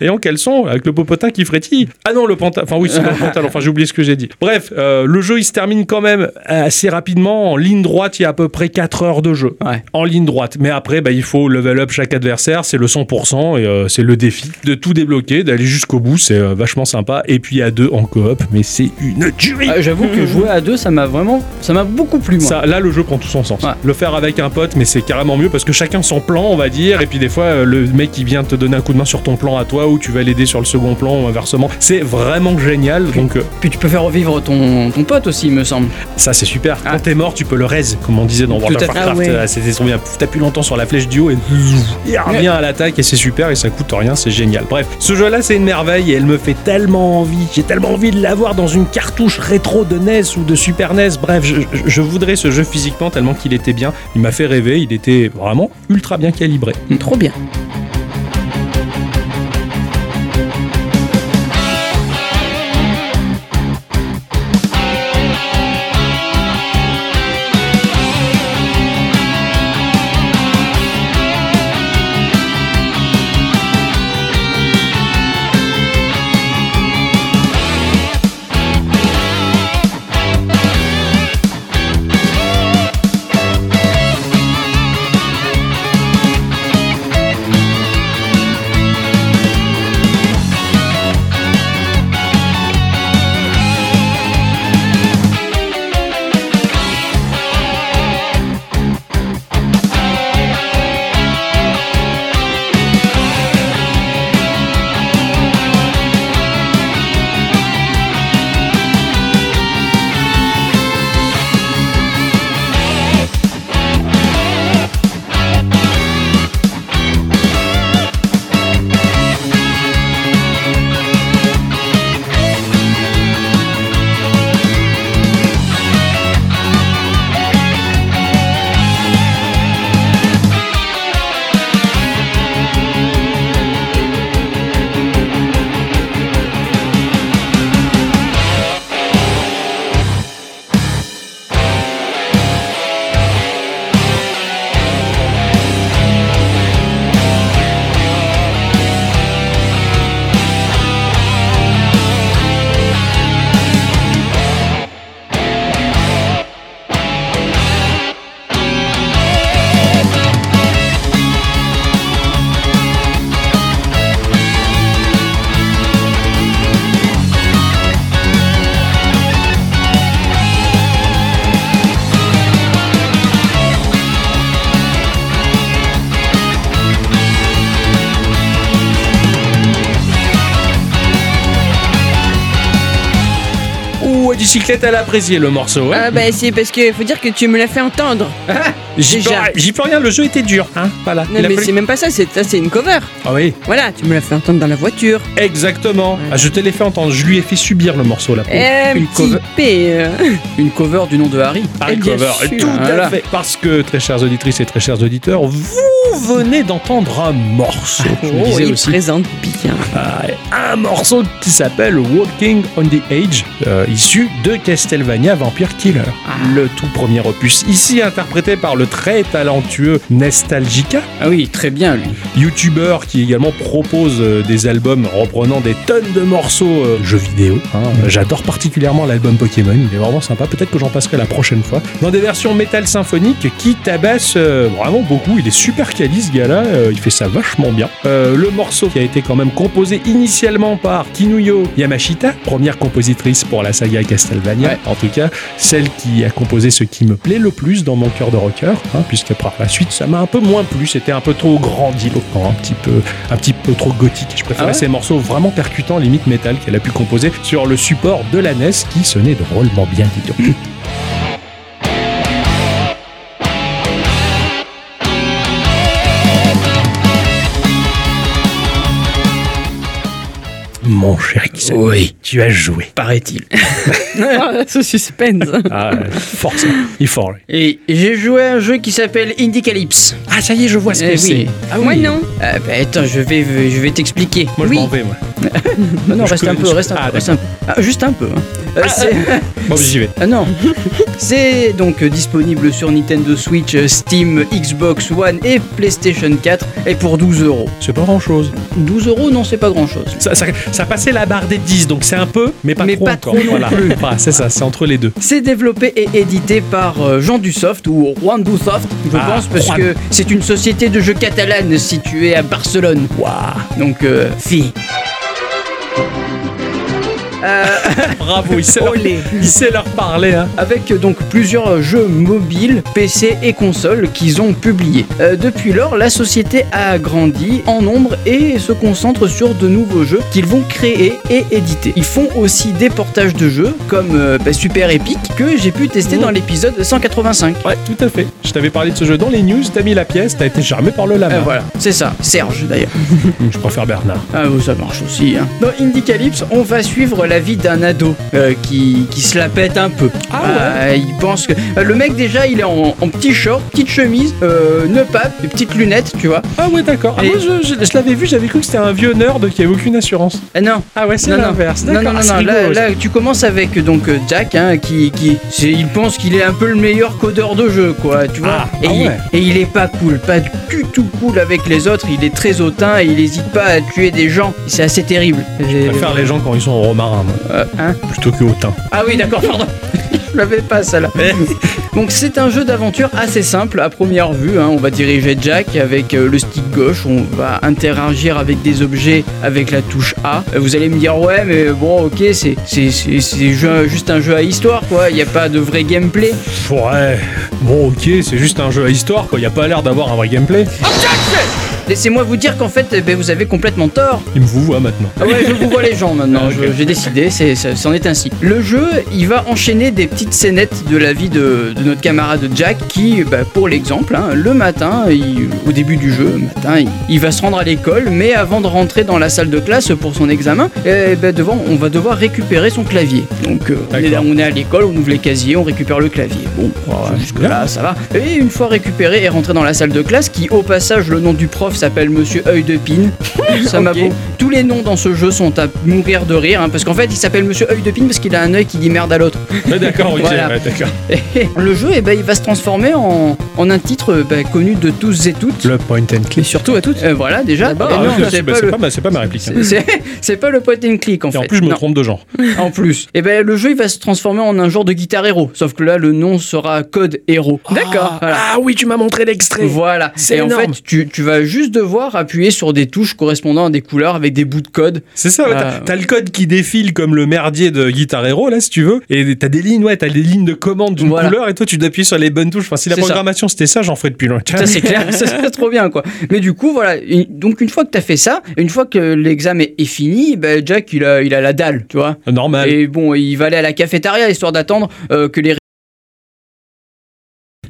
et en caleçon, avec le popotin qui frétille. Ah non, le pantalon. Enfin oui, c'est pas le pantalon. Enfin, j'ai oublié ce que j'ai dit. Bref, euh, le jeu, il se termine quand même assez rapidement. En ligne droite, il y a à peu près 4 heures de jeu. Ouais. En ligne droite. Mais après, bah, il faut level up chaque adversaire. C'est le 100% et euh, c'est le défi de tout débloquer, d'aller jusqu'au bout. C'est euh, vachement sympa. Et puis à deux en coop, mais c'est une tuerie. Ah, J'avoue que jouer à deux, ça m'a vraiment, ça m'a beaucoup plu. Moi. Ça, là, le jeu prend tout son sens. Ouais. Le faire avec un pote, mais c'est carrément mieux parce que chacun son plan, on va dire. Et puis des fois, euh, le mec qui vient te donner un coup de main sur ton plan à toi ou tu vas l'aider sur le second plan ou inversement. C'est vraiment génial. Donc euh, Puis tu peux faire revivre ton, ton pote aussi, il me semble. ça, c'est super. Ah. Quand t'es mort, tu peux le raise, comme on disait dans Tout World à of fait. Warcraft. Ah ouais. Euh, C'était trop bien. Pouf, T'appuies longtemps sur la flèche du haut et il revient à l'attaque et c'est super et ça coûte rien, c'est génial. Bref, ce jeu-là, c'est une merveille et elle me fait tellement envie. J'ai tellement envie de l'avoir dans une cartouche rétro de NES ou de Super NES. Bref, je, je- je voudrais ce jeu physiquement tellement qu'il était bien. Il m'a fait rêver, il était vraiment ultra bien calibré. Hmm. Trop bien. motocyclette, elle a apprécié le morceau. hein. Ah bah c'est parce que faut dire que tu me l'as fait entendre. J'y peux, déjà. rien- j'y peux rien, le jeu était dur. Hein voilà. Non Il a mais fallu- c'est même pas ça, c'est ça, c'est une cover. Ah oui, Voilà, tu me l'as fait entendre dans la voiture. exactement. Ah, je te l'ai fait entendre, je lui ai fait subir le morceau là. Eh, une petit cover. P, euh. Une cover du nom de Harry. Par Eh bien cover. sûr. Tout à Voilà. fait. Parce que, très chères auditrices et très chers auditeurs, vous venez d'entendre un morceau. Je le Oh, disais il aussi. Ah, présente bien. un morceau qui s'appelle Walking on the Age, euh, issu de Castlevania Vampire Killer, Ah. le tout premier opus. Ici interprété par le très talentueux Nostalgica, Ah oui, très bien lui. youtubeur qui également propose euh, des albums reprenant des tonnes de morceaux euh, jeux vidéo. hein. Euh, J'adore particulièrement l'album Pokémon, il est vraiment sympa, peut-être que j'en passerai la prochaine fois. Dans des versions métal symphonique qui tabassent euh, vraiment beaucoup, il est super quali ce gars-là, euh, il fait ça vachement bien. Euh, le morceau qui a été quand même composé initialement par Kinuyo Yamashita, première compositrice pour la saga Castlevania, Ouais. en tout cas, celle qui a composé ce qui me plaît le plus dans mon cœur de rocker, hein, puisque par la suite ça m'a un peu moins plu, c'était un peu trop grandiloquent, un petit peu, un petit peu trop gothique. Je préférais Ah ouais ces morceaux vraiment percutants, limite métal, qu'elle a pu composer sur le support de la NES qui sonnait drôlement bien, dis donc. Mon cher Ixon, Oui. tu as joué. Paraît-il. Ah, ce suspense. Ah, force, il est fort. lui. Et j'ai joué à un jeu qui s'appelle Indicalypse. Ah, ça y est, je vois ce Eh que oui. c'est. Ah Moi oui. non. Ah bah attends, je vais, je vais t'expliquer. Moi, je oui. m'en vais, moi. Ah non, Je reste un connais- peu, reste un Ah, peu, reste un peu. Ah, juste un peu. hein. Euh, c'est- Bon, j'y vais. Ah non C'est donc euh, disponible sur Nintendo Switch, euh, Steam, Xbox One et PlayStation 4 et pour 12 euros. C'est pas grand chose. 12 euros, non, c'est pas grand chose. Ça, ça, ça passait la barre des 10, donc c'est un peu, mais pas Mais trop pas encore. trop non voilà. Voilà, c'est ça, c'est entre les deux. C'est développé et édité par euh, Jean Dussoft ou Juan Dusoft, je Ah, pense, parce Juan. que c'est une société de jeux catalane située à Barcelone. Waouh Donc, euh, fille. Bravo, il sait, leur, il sait leur parler. Hein. avec euh, donc plusieurs euh, jeux mobiles, PC et consoles qu'ils ont publiés. Euh, depuis lors, la société a grandi en nombre et se concentre sur de nouveaux jeux qu'ils vont créer et éditer. Ils font aussi des portages de jeux comme euh, bah, Super Epic que j'ai pu tester Mmh. Ah, dans l'épisode 185. Ouais, tout à fait. Je t'avais parlé de ce jeu dans les news, t'as mis la pièce, t'as été charmé par le lama. Euh, voilà, c'est ça, Serge d'ailleurs. Je préfère Bernard. Ah, oh, ça marche aussi. Hein. Dans Indicalypse, on va suivre la vie d'un ado euh, qui, qui se la pète un peu. Ah ouais. il pense que. euh, le mec, déjà, il est en, en petit short, petite chemise, euh, nœud pape, des petites lunettes, tu vois. Ah ouais, d'accord. Ah, Et- moi, je, je- je l'avais vu, j'avais cru que c'était un vieux nerd qui avait aucune assurance. Ah non, Ah ouais, c'est non, non. l'inverse. Non, non, d'accord. non, Ah, c'est non, Là, rigolo, ça. là, tu commences avec donc euh, Jack, hein, qui, qui c'est- il pense qu'il est un peu le meilleur codeur de jeu, quoi, tu vois. Ah, et, ah il, ouais. et il est pas cool, pas du tout cool avec les autres. Il est très hautain et il hésite pas à tuer des gens. C'est assez terrible. Je préfère les gens quand ils sont au romarin, moi, Euh, hein plutôt que au thym. Ah oui, d'accord, pardon. Je l'avais pas celle-là. Donc c'est un jeu d'aventure assez simple à première vue. hein. On va diriger Jack avec euh, le stick gauche. On va interagir avec des objets avec la touche A. Euh, Vous allez me dire ouais, mais bon, ok, c'est c'est c'est- c'est ju- juste un jeu à histoire, quoi. Il n'y a pas de vrai gameplay. Ouais, bon ok, c'est juste un jeu à histoire, quoi. Il a pas l'air d'avoir un vrai gameplay. Ah. Laissez-moi vous dire qu'en fait, eh ben, vous avez complètement tort. Il me vous voit maintenant. Ah ouais, je vous vois les gens maintenant, Ah, ok. je- j'ai décidé, c'est- ça- c'en est ainsi. Le jeu, il va enchaîner des petites scénettes de la vie de, de notre camarade Jack qui, bah, pour l'exemple, hein, le matin, il- au début du jeu, le matin, il, il va se rendre à l'école, mais avant de rentrer dans la salle de classe pour son examen, eh ben, devant, on va devoir récupérer son clavier. Donc euh, on, est, D'accord. Bah, on est à l'école, on ouvre les casiers, on récupère le clavier. Bon, oh, Ouais, Jusque-là, ça va. Et une fois récupéré et rentré dans la salle de classe, qui au passage, le nom du prof s'appelle Monsieur œil de Pine. ça m'a Ok. beau- Tous les noms dans ce jeu sont à mourir de rire, hein, parce qu'en fait, il s'appelle Monsieur œil de Pine parce qu'il a un œil qui dit merde à l'autre. Ouais, d'accord, ok, Ah. Voilà. ouais, d'accord. Et le jeu, eh ben, il va se transformer en, en un titre euh, ben, connu de tous et toutes. Le point and Mais click. surtout à toutes. Euh, voilà, déjà. D'abord. Eh Ah, non, ok, c'est bah, pas c'est le- pas, ma- c'est pas ma réplique. hein. c'est- c'est- C'est pas le point and click en Et fait. en plus, je me Non. trompe de genre. En plus. Et ben le jeu il va se transformer en un genre de guitare héros, sauf que là le nom sera Code Héros. D'accord. voilà. Ah Ah oui, tu m'as montré l'extrait. Voilà. ah, C'est et en énorme. fait, tu, tu vas juste devoir appuyer sur des touches correspondant à des couleurs avec des bouts de code. C'est ça, ouais, Ah, t'as- ouais. t'as le code qui défile comme le merdier de Guitar Hero, là, si tu veux. Et t'as des lignes, ouais, t'as des lignes de commande d'une Voilà. couleur et toi, tu dois appuyer sur les bonnes touches. Enfin, si la C'est ça. programmation c'était ça, j'en ferais depuis longtemps. Ça c'est clair, ça c'est trop bien quoi. Mais du coup voilà, une- donc une fois que t'as fait ça, une fois que l'examen est fini, ben Jack il a, il a la dalle, tu vois. Normal. Et bon, il va aller à la cafétéria histoire d'attendre euh, que les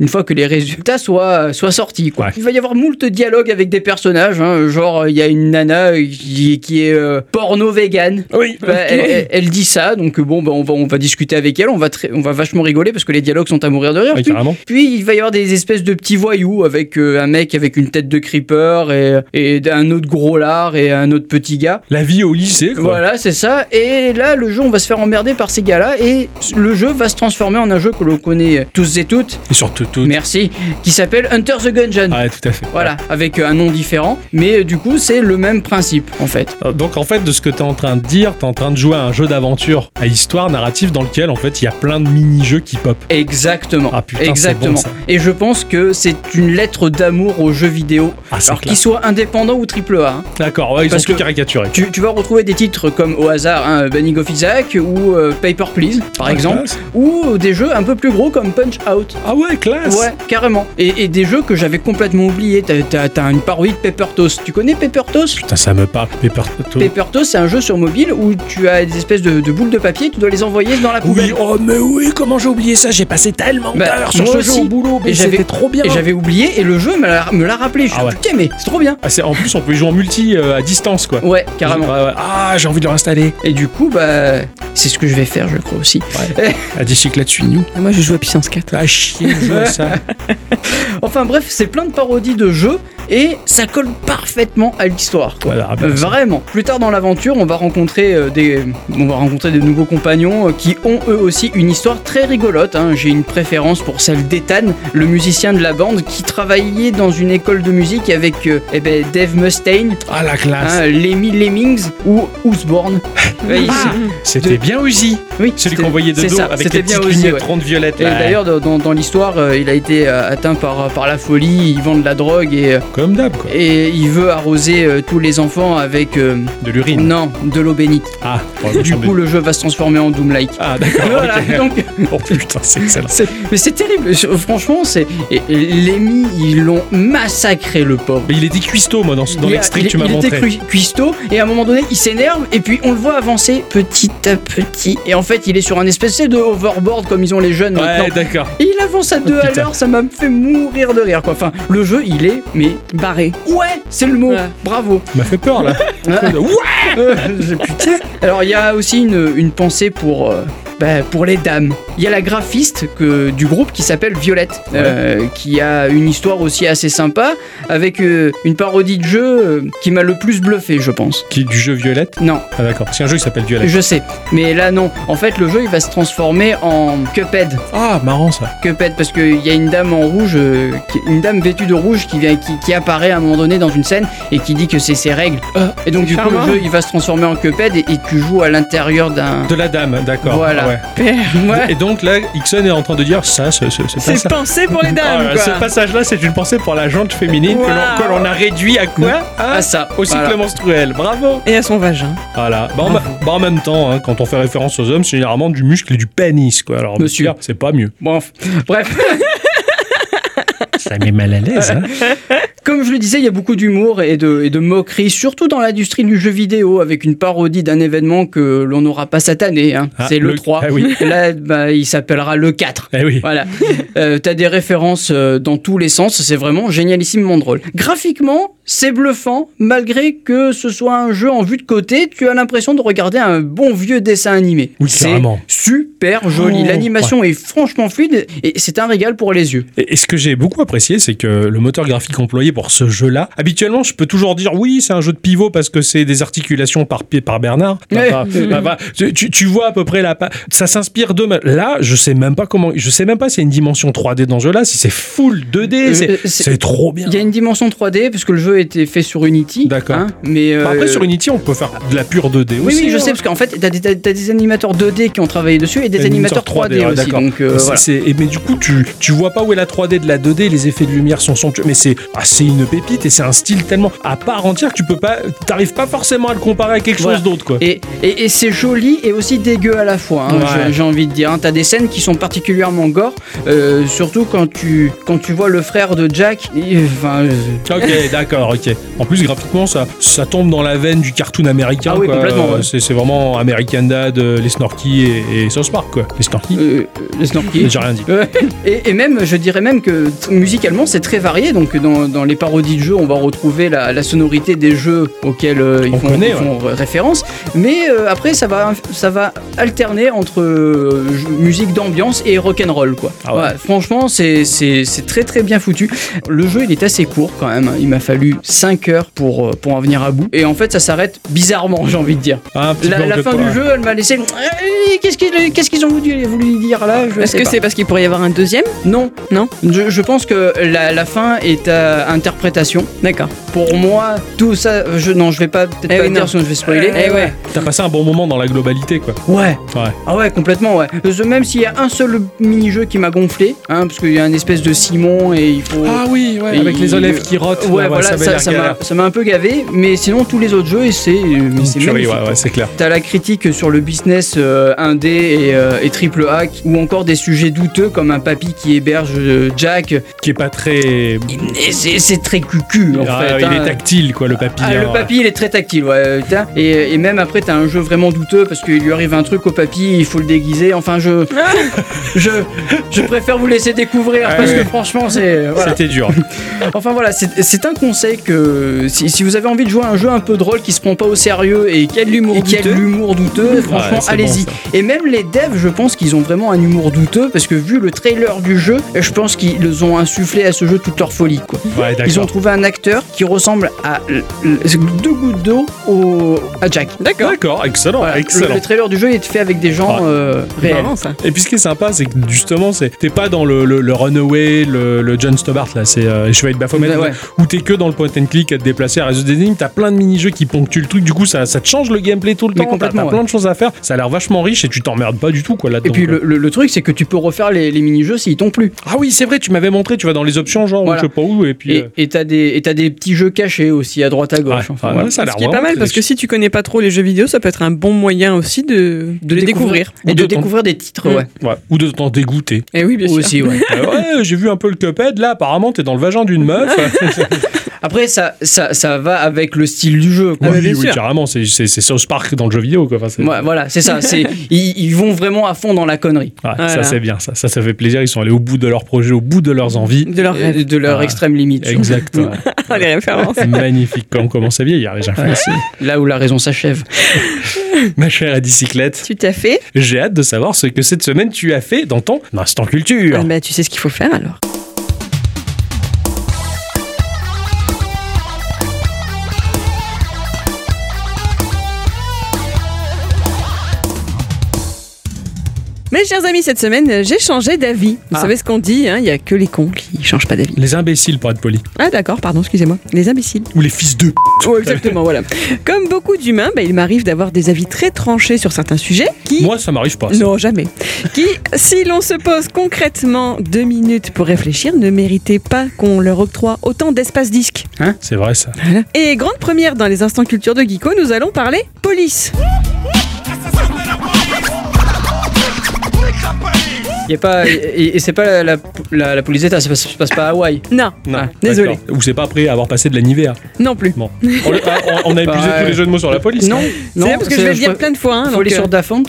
une fois que les résultats soient, soient sortis. Quoi. Ouais. Il va y avoir moult dialogues avec des personnages. hein, genre, euh, il y a une nana euh, qui, qui est euh, porno-vegan. Oui. Bah, elle, elle- elle dit ça, donc bon, bah, on, va, on va discuter avec elle. On va, très- on va vachement rigoler parce que les dialogues sont à mourir de rire. Ouais, Puis- carrément. puis il va y avoir des espèces de petits voyous avec euh, un mec avec une tête de creeper et, et un autre gros lard et un autre petit gars. La vie au lycée, quoi. Voilà, c'est ça. Et là, le jeu, on va se faire emmerder par ces gars-là et le jeu va se transformer en un jeu que l'on connaît tous et toutes, Et surtout, tout. Ah. merci, qui s'appelle Hunter the Gungeon. Ouais, tout à fait. Voilà, avec euh, un nom différent, mais euh, du coup, c'est le même principe en fait. Euh, Donc, en fait, de ce que t'es en train de dire, t'es en train de jouer à un jeu d'aventure à histoire narrative dans lequel, en fait, il y a plein de mini-jeux qui pop. Exactement. Ah, putain, c'est Exactement. bon, ça. Et je pense que c'est une lettre d'amour aux jeux vidéo, Ah, c'est alors clair. qu'ils soient indépendants ou triple A. hein. D'accord, ouais, ils Parce sont tout que- caricaturés. Tu, tu vas retrouver des titres comme au hasard hein, Banning of Isaac ou euh, Paper Please par Ah, exemple, classe. ou des jeux un peu plus gros comme Punch Out. Ah ouais, classe. Ouais, carrément. Et, et des jeux que j'avais complètement oubliés. T'as- T'as t'as une parodie de Paper Toast. Tu connais Paper Toast Putain, ça me parle. Pepper Toto. Paper Toast, c'est un jeu sur mobile où tu as des espèces de, de boules de papier, tu dois les envoyer dans la Oui, poubelle. oh mais oui, comment j'ai oublié ça J'ai passé tellement Bah, d'heures sur moi ce jeu aussi. au boulot, mais Et j'avais- c'était trop bien. Et j'avais oublié, et le jeu me l'a me l'a rappelé. Je suis Ah ouais. putain, mais c'est trop bien. Ah, c'est- en plus, on peut y jouer en multi euh, à distance, quoi. Ouais, carrément. Ouais, ouais. Ah, j'ai envie de le réinstaller. Et du coup, bah, c'est ce que je vais faire, je crois aussi. Ah, des chics là-dessus, nous. Moi, je joue à puissance 4. Ah, chier, je joue à ça. Enfin bref, c'est plein de parodies de jeux et ça colle parfaitement à l'histoire. quoi. Voilà, ah, bah, Euh, Vraiment. Plus tard dans l'aventure, on va rencontrer euh, des, on va rencontrer des nouveaux compagnons euh, qui ont eux aussi une histoire très rigolote. hein. J'ai une préférence pour celle d'Ethan, le musicien de la bande qui travaillait dans une école de musique avec euh, eh ben, Dave Mustaine, ah, la classe. hein, Lemmy Lemmings ou Osborne. Ouais, ils- Ah, c'était de- bien Uzi. oui, Celui c'était- qu'on voyait de c'est dos ça, avec c'était les petites bien aussi, lunettes ouais. rondes violettes. Et là. d'ailleurs, dans, dans- dans l'histoire, euh, il a été euh, atteint par, par la folie, il vend de la drogue et, euh, Comme d'hab, quoi. et il veut arroser euh, tous les enfants avec. euh, De l'urine. non, de l'eau bénite. Ah, Du coup, le jeu va se transformer en Doom-like. Ah, d'accord. Voilà, ok. donc, Oh putain, c'est excellent. c'est- mais c'est terrible. Je- Franchement, c'est. et- et Les mis, ils l'ont massacré, le pauvre. Mais il était cuistot, moi, dans, ce- dans Il a- l'extrait il- que tu m'as il était montré. cru- cuistot et à un moment donné il s'énerve et puis on le voit avancer petit à petit et en fait il est sur un espèce de overboard comme ils ont les jeunes Ouais, maintenant. d'accord. Ah, Et il avance à deux à putain. l'heure, ça m'a fait mourir de rire quoi. Enfin le jeu il est mais Barré. ouais c'est le mot. Ouais. Bravo. Ça m'a fait peur, là. Euh, j'ai- putain. Alors il y a aussi une, une pensée pour, euh, bah, pour les dames. Il y a la graphiste que, du groupe qui s'appelle Violette, euh, qui a une histoire aussi assez sympa, avec euh, une parodie de jeu euh, qui m'a le plus bluffé, je pense. Qui est du jeu Violette. Non, Ah, d'accord. C'est un jeu qui s'appelle Violette. je sais. Mais là non, en fait le jeu il va se transformer en Cuphead. Ah, marrant ça. Cuphead parce qu'il y a une dame en rouge, euh, qui- une dame vêtue de rouge qui, vient, qui, qui apparaît à un moment donné dans une scène et qui dit que c'est ses règles. et donc du coup charmant. le jeu il va se transformer en Cuphead et, et tu joues à l'intérieur d'un... De la dame, d'accord. Voilà. Ouais. Ouais. Et donc là, Ixon est en train de dire ça, c'est c'est- c'est pas C'est ça. pensé pour les dames, Ah, quoi. ce passage-là, c'est une pensée pour la jante féminine que l'on- Waouh. que l'on a réduit à quoi Ah Ah, ça, Au cycle voilà. menstruel, bravo Et à son vagin. Voilà, bah, en, bah, en même temps, hein, quand on fait référence aux hommes, c'est généralement du muscle et du pénis, quoi. Alors, Monsieur. monsieur, c'est pas mieux. Bon, bref, Ça met mal à l'aise, hein. comme je le disais, il y a beaucoup d'humour et de, et de moquerie, surtout dans l'industrie du jeu vidéo, avec une parodie d'un événement que l'on n'aura pas cette année. hein. Ah, C'est le, le- 3. ah oui. Et Là, bah, il s'appellera le 4. Eh oui. Voilà. Euh, T'as des références euh, dans tous les sens, c'est vraiment génialissimement drôle. Graphiquement, c'est bluffant, malgré que ce soit un jeu en vue de côté, tu as l'impression de regarder un bon vieux dessin animé. Oui, c'est carrément. super joli. Oh, L'animation est franchement fluide et c'est un régal pour les yeux. Et, et ce que j'ai beaucoup apprécié, c'est que le moteur graphique employé pour ce jeu-là, habituellement, je peux toujours dire oui, c'est un jeu de pivot parce que c'est des articulations par, pi- par Bernard. Bah, Ouais. bah, bah, bah, tu, tu- tu vois à peu près la. pa- Ça s'inspire de. Là, je sais même pas comment. Je sais même pas s'il y a une dimension 3D dans ce jeu-là, si c'est full 2D. Euh, c'est- euh, c'est- c'est trop bien. Il y a une dimension 3D parce que le jeu jeu était fait sur Unity. D'accord. hein, mais Bah, après, euh, sur Unity, on peut faire de la pure 2D Oui, aussi. oui, je hein. sais, parce qu'en fait, t'as des, t'as- t'as des animateurs 2D qui ont travaillé dessus et des animateurs 3D, ouais, aussi. d'accord. Donc, euh, Euh, c'est- voilà. c'est- et mais du coup, tu, tu vois pas où est la 3D de la 2D, les effets de lumière sont somptueux, mais c'est ah, c'est une pépite et c'est un style tellement à part entière que tu peux pas, t'arrives pas forcément à le comparer à quelque Voilà. chose d'autre, quoi. Et, et- et c'est joli et aussi dégueu à la fois, hein, Ouais. j'ai- j'ai envie de dire. hein. T'as des scènes qui sont particulièrement gore, euh, surtout quand tu, quand tu vois le frère de Jack. il- Enfin, euh, Ok, d'accord, ok. En plus, graphiquement, ça, ça tombe dans la veine du cartoon américain. Ah oui, quoi. complètement, ouais. C'est c'est vraiment American Dad, euh, les Snorky et, et South Park, quoi. Les Snorky, euh, le snorky. j'ai rien dit. Ouais. Et, et même, je dirais même que t- musicalement, c'est très varié. Donc, dans, dans les parodies de jeux, on va retrouver la, la sonorité des jeux auxquels euh, ils, On font, connaît, ils ouais. font ré- référence. Mais euh, après, ça va, ça va alterner entre euh, j- musique d'ambiance et rock'n'roll. Quoi. Ah ouais. Voilà, franchement, c'est- c'est c'est très très bien foutu. Le jeu, il est assez court quand même. Il m'a fallu 5 heures pour, euh, pour en venir à bout. Et en fait, ça s'arrête bizarrement, j'ai envie de dire. Ah, Un petit La, peu la fin anglais, du quoi. jeu, elle m'a laissé. Eh, Qu'est-ce qu'ils qu'est-ce qu'ils ont voulu, voulu dire là Je Est-ce sais que pas. c'est parce qu'il pourrait y avoir un deuxième Non. Non Je, je pense que la, la fin est à interprétation. D'accord. Pour moi, tout ça. Je, non, je vais pas peut-être Eh pas oui, dire, non. sinon je vais spoiler. Eh ouais. T'as passé un bon moment dans la globalité, quoi. Ouais. Ouais. Ah ouais, complètement, ouais. Euh, Même s'il y a un seul mini-jeu qui m'a gonflé, hein, parce qu'il y a une espèce de Simon et il faut. Ah oui, ouais. Avec les Il- élèves qui rotent. ouais, voilà, avait ça- l'air ça galère. m'a- ça m'a un peu gavé, mais sinon tous les autres jeux, et c'est mais c'est Purée, magnifique. ouais, ouais, c'est clair. T'as la critique sur le business euh, indé et, euh, et triple hack, ou encore des sujets douteux comme un papy qui héberge euh, Jack. Qui est pas très. Et c'est c'est très cucu en Ah, fait. il hein. est tactile, quoi, le papy. Ah, hein. le papy il est très tactile, ouais. euh, putain. Et, et même après, t'as un jeu vraiment douteux parce qu'il lui arrive un truc au papy, il faut le déguiser. Enfin, je. je, je préfère vous laisser découvrir Ah, parce oui. que franchement, c'est. euh, Voilà. C'était dur. Enfin voilà, c'est c'est un conseil que si, si vous avez envie de jouer à un jeu un peu drôle qui se prend pas au sérieux et qui a de l'humour Et qui a de douteux, douteux franchement, Ouais, c'est allez-y. bon, ça. et même les devs, je pense qu'ils ont vraiment un humour douteux parce que vu le trailer du jeu, je pense qu'ils ont insufflé à ce jeu toute leur folie, quoi. Ouais, Ils ont d'accord. trouvé un acteur qui ressemble à l- l- deux gouttes d'eau au- à Jack. D'accord. D'accord, excellent, Voilà, Le, excellent. le trailer du jeu est fait avec des gens Ouais. euh, C'est réels. marrant ça. Et puis ce qui est sympa, c'est que justement, c'est t'es pas dans le, le, le Runaway, le, le John Stobart, là, c'est euh, Chevalier de Baphomet, Ouais, ouais. où t'es que dans le point and click à te déplacer, à résoudre des énigmes, t'as plein de mini-jeux qui ponctuent le truc, du coup, ça, ça te change le gameplay tout le Mais temps, t'as complètement, t'as ouais. plein de choses à faire, ça a l'air vachement riche et tu t'emmerdes pas du tout, quoi, Et là-dedans. puis quoi. le, le- le truc, c'est que tu peux refaire les, les mini-jeux s'ils t'ont plu. Ah oui, c'est vrai, tu m'avais montré, tu vas dans les options, genre, ou Voilà. je sais pas où, et puis. Et euh, et t'as des, et t'as des petits jeux cachés aussi à droite à ouais, gauche. enfin, ouais, voilà. ça a Ce l'air qui est pas vraiment mal parce que si tu connais pas trop les jeux vidéo, ça peut être un bon moyen aussi de, de les découvrir. Et Ou de de Mmh, ton- découvrir des titres, Mm. ouais. Ouais, ou de t'en dégoûter. Et oui, bien sûr. Aussi, ouais. Euh, ouais, j'ai vu un peu le Cuphead, là, apparemment, t'es dans le vagin d'une meuf. Ah, Après, ça, ça, ça va avec le style du jeu. quoi. Ah, mais oui, bien oui, sûr. carrément, c'est c'est- c'est South Park dans le jeu vidéo, quoi. Enfin, c'est- Ouais, voilà, c'est ça. c'est- ils, ils vont vraiment à fond dans la connerie. Ouais, Voilà. Ça c'est bien, ça, ça ça fait plaisir, ils sont allés au bout de leur projet, au bout de leurs envies. De leurs rêves. Euh, De leur Ah. extrême limite. surtout. Exact. ouais. les références. Magnifique, quand on commence à vieillir déjà. Là où la raison s'achève. Ma chère à bicyclette, Tout à fait. j'ai hâte de savoir ce que cette semaine tu as fait dans ton instant culture. Ah, bah, tu sais ce qu'il faut faire alors. Mes chers amis, cette semaine, j'ai changé d'avis. Vous Ah. savez ce qu'on dit, hein, il n'y a que les cons qui changent pas d'avis. Les imbéciles pour être poli. Ah d'accord, pardon, excusez-moi. Les imbéciles. Ou les fils de p- Ouais, exactement, voilà. Comme beaucoup d'humains, bah, il m'arrive d'avoir des avis très tranchés sur certains sujets qui... Moi ça m'arrive pas. ça. non, jamais. Qui, si l'on se pose concrètement deux minutes pour réfléchir, ne méritaient pas qu'on leur octroie autant d'espace disque. C'est vrai ça. Ah, Et grande première dans les instants culture de Geeko, nous allons parler police. Y a pas, et et c'est pas la, la, la, la police d'État, ça se passe pas à Hawaï. Non, Non, désolé. d'accord. Ou c'est pas après avoir passé de la Nivea. Non plus. Bon. On, ah, on- on a épuisé Bah, tous les jeux de mots sur la police. Non, C'est non, bien parce que je vais le dire pr- plein de fois, hein, Faut donc aller euh, sur Dafont.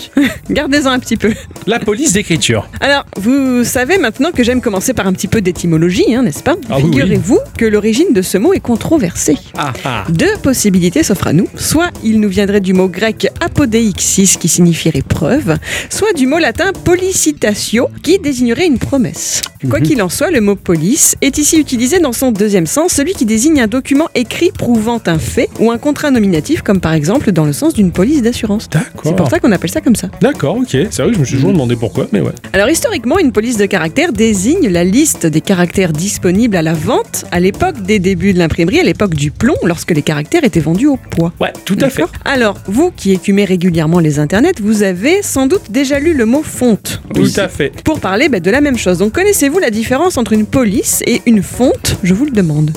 gardez-en un petit peu. La police d'écriture. Alors, vous savez maintenant que j'aime commencer par un petit peu d'étymologie, hein, n'est-ce pas Ah oui, oui. Figurez-vous que l'origine de ce mot est controversée. Ah, Ah. Deux possibilités s'offrent à nous. Soit il nous viendrait du mot grec apodeixis qui signifierait preuve, soit du mot latin policitatio Gallo, qui désignerait une promesse. Quoi qu'il en soit, le mot police est ici utilisé dans son deuxième sens, celui qui désigne un document écrit prouvant un fait ou un contrat nominatif, comme par exemple dans le sens d'une police d'assurance. C'est pour D'accord. ça qu'on appelle ça comme ça. D'accord, ok. C'est vrai que je me suis toujours demandé pourquoi, mais ouais. Alors historiquement, une police de caractères désigne la liste des caractères disponibles à la vente à l'époque des débuts de l'imprimerie, à l'époque du plomb, lorsque les caractères étaient vendus au poids. Ouais, tout D'accord Alors, vous qui écumez régulièrement les internets, vous avez sans doute déjà lu le mot fonte. Tout à fait. Pour parler bah, de la même chose. Donc, connaissez-vous la différence entre une police et une fonte Je vous le demande.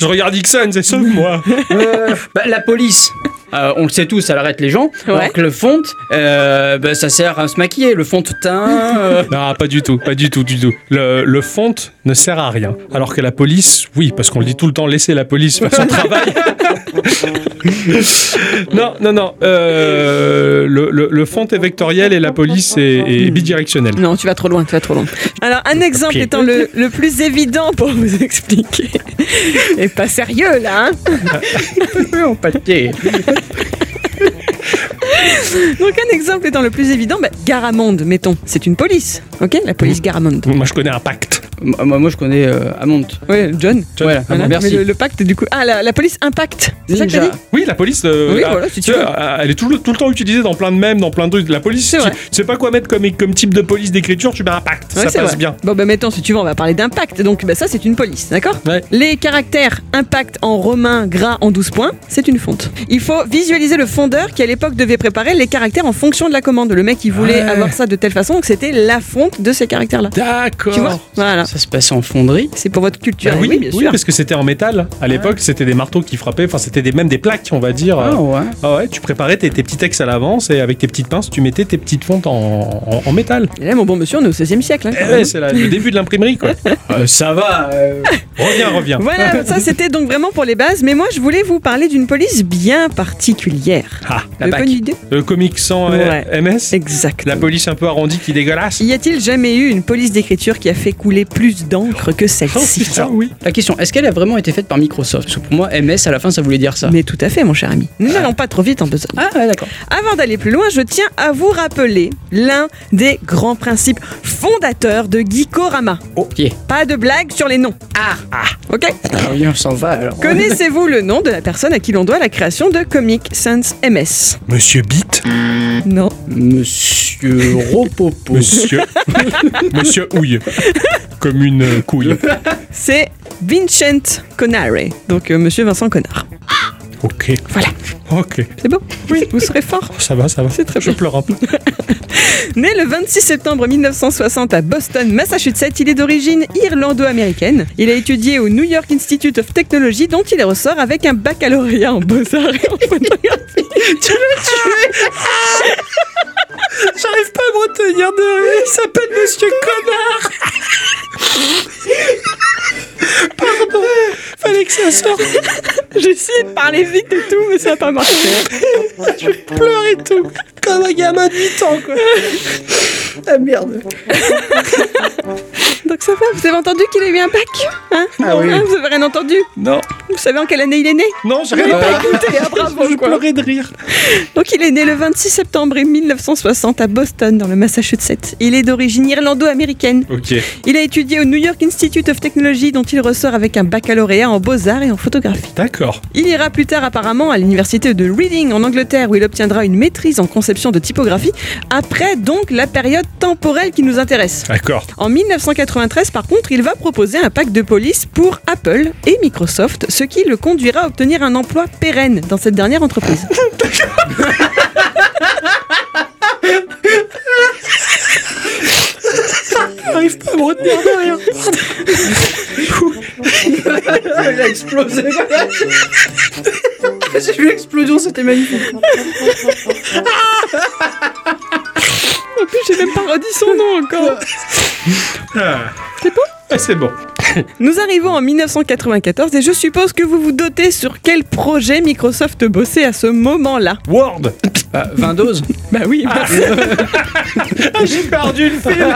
Je regarde Ixon, c'est ça, moi. Euh, bah, la police, euh, on le sait tous, elle arrête les gens. Ouais. Alors que le fond, euh, bah, ça sert à se maquiller. Le fond de teint. euh, Non, pas du tout, pas du tout, du tout. Le, le font ne sert à rien. Alors que la police, oui, parce qu'on le dit tout le temps, laissez la police faire son travail. non, non, non. euh, le, le, le font est vectoriel et la police est, est bidirectionnelle. Non, tu vas trop loin, tu vas trop loin. Alors, un exemple Ok. étant le, le plus évident pour vous expliquer. Et pas sérieux, là, hein en pâté. Donc un exemple étant le plus évident, bah, Garamonde, mettons, c'est une police, ok La police Garamonde. Moi, je connais un pacte. M- moi, moi, je connais euh, Amont. Ouais, John. Voilà, Voilà. merci. Mais le, le pacte du coup. Ah, la, la police Impact. C'est ça que t'as Ninja. dit Oui, la police. euh, Oui, ah, voilà, si tu tu sais, veux. ah, Elle est tout, le- tout le temps utilisée dans plein de mèmes, dans plein de trucs. La police, C'est tu, vrai. tu sais pas quoi mettre comme, comme type de police d'écriture, tu mets un pacte. Ouais, ça c'est passe vrai. bien. Bon, bah mettons, si tu veux, on va parler d'impact. Donc, bah, ça, c'est une police, d'accord Ouais. Les caractères impact en romain, gras en 12 points, c'est une fonte. Il faut visualiser le fondeur qui, à l'époque, devait préparer les caractères en fonction de la commande. Le mec, il voulait Ouais. avoir ça de telle façon que c'était la fonte de ces caractères-là. D'accord. Tu vois Voilà. Ça se passe en fonderie. C'est pour votre culture. Eh Bah oui, oui, bien oui, sûr. parce que c'était en métal. À l'époque, c'était des marteaux qui frappaient. Enfin, c'était des, même des plaques, on va dire. Ah ouais. Ah ouais, tu préparais tes, tes petits textes à l'avance et avec tes petites pinces, tu mettais tes petites fontes en, en- en métal. Et là, Eh, mon bon monsieur, on est au 16e siècle. hein, Eh quand ouais, même. c'est la- le début de l'imprimerie, quoi. Euh, ça va. euh, Reviens, reviens. Voilà, ça c'était donc vraiment pour les bases, mais moi je voulais vous parler d'une police bien particulière. Ah, La Vous avez PAC. pas une idée le comic sans euh, Ouais. MS. Exact. La police un peu arrondie qui dégueulasse. Y a-t-il jamais eu une police d'écriture qui a fait couler plus d'encre que celle-ci putain, oui. La question, est-ce qu'elle a vraiment été faite par Microsoft Parce que pour moi, MS, à la fin, ça voulait dire ça. Mais tout à fait, mon cher ami. Nous n'allons pas trop vite en besogne. Ah ouais, d'accord. Avant d'aller plus loin, je tiens à vous rappeler l'un des grands principes fondateurs de Geekorama. Oh, Ok. Pas de blague sur les noms. Ah, ah. Ok Ah oui, on s'en va alors. Connaissez-vous le nom de la personne à qui l'on doit la création de Comic Sans MS Monsieur Beat. Non. Monsieur Ropopo. Monsieur. Monsieur Houille. Comme une euh, couille. c'est Vincent Connare, donc euh, Monsieur Vincent Connard. Ok. Voilà. Ok. C'est bon Vous serez fort. Ça va, ça va. C'est très Je bien. pleure un peu. Né le 26 septembre 1960 à Boston, Massachusetts, il est d'origine irlando-américaine. Il a étudié au New York Institute of Technology, dont il ressort avec un baccalauréat en beaux-arts et en photographie. J'arrive pas à me retenir de rire. Il s'appelle Monsieur Connard. Pardon. Fallait que ça sorte. J'ai essayé de parler vite et tout, mais ça n'a pas marché. Pleure et tout. Comme un gamin de 8 ans, quoi. Donc ça va, vous avez entendu qu'il a eu un bac hein Ah oui. Hein, Vous avez rien entendu Non, Vous savez en quelle année il est né non, j'ai rien Bah, écoutez, ah, bravo, Euh, Je quoi. pleurais de rire. Donc il est né le 26 septembre 1960 à Boston, dans le Massachusetts. Il est d'origine irlando-américaine. Ok. Il a étudié au New York Institute of Technology, dont il ressort avec un baccalauréat en beaux-arts et en photographie. D'accord. Il ira plus tard apparemment à l'université de Reading en Angleterre, où il obtiendra une maîtrise en conception de typographie, après donc la période temporelle qui nous intéresse. D'accord. En 1993, par contre, il va proposer un pacte de police pour Apple et Microsoft, ce qui le conduira à obtenir un emploi pérenne dans cette dernière entreprise. J'arrive pas à me retenir de rire. Elle a explosé. J'ai vu l'explosion, c'était magnifique. En plus, j'ai même pas redit son nom encore. Ah, C'est bon C'est bon. Nous arrivons en 1994 et je suppose que vous vous dotez sur quel projet Microsoft bossait à ce moment-là. Word Bah, Windows Bah oui, J'ai perdu le fil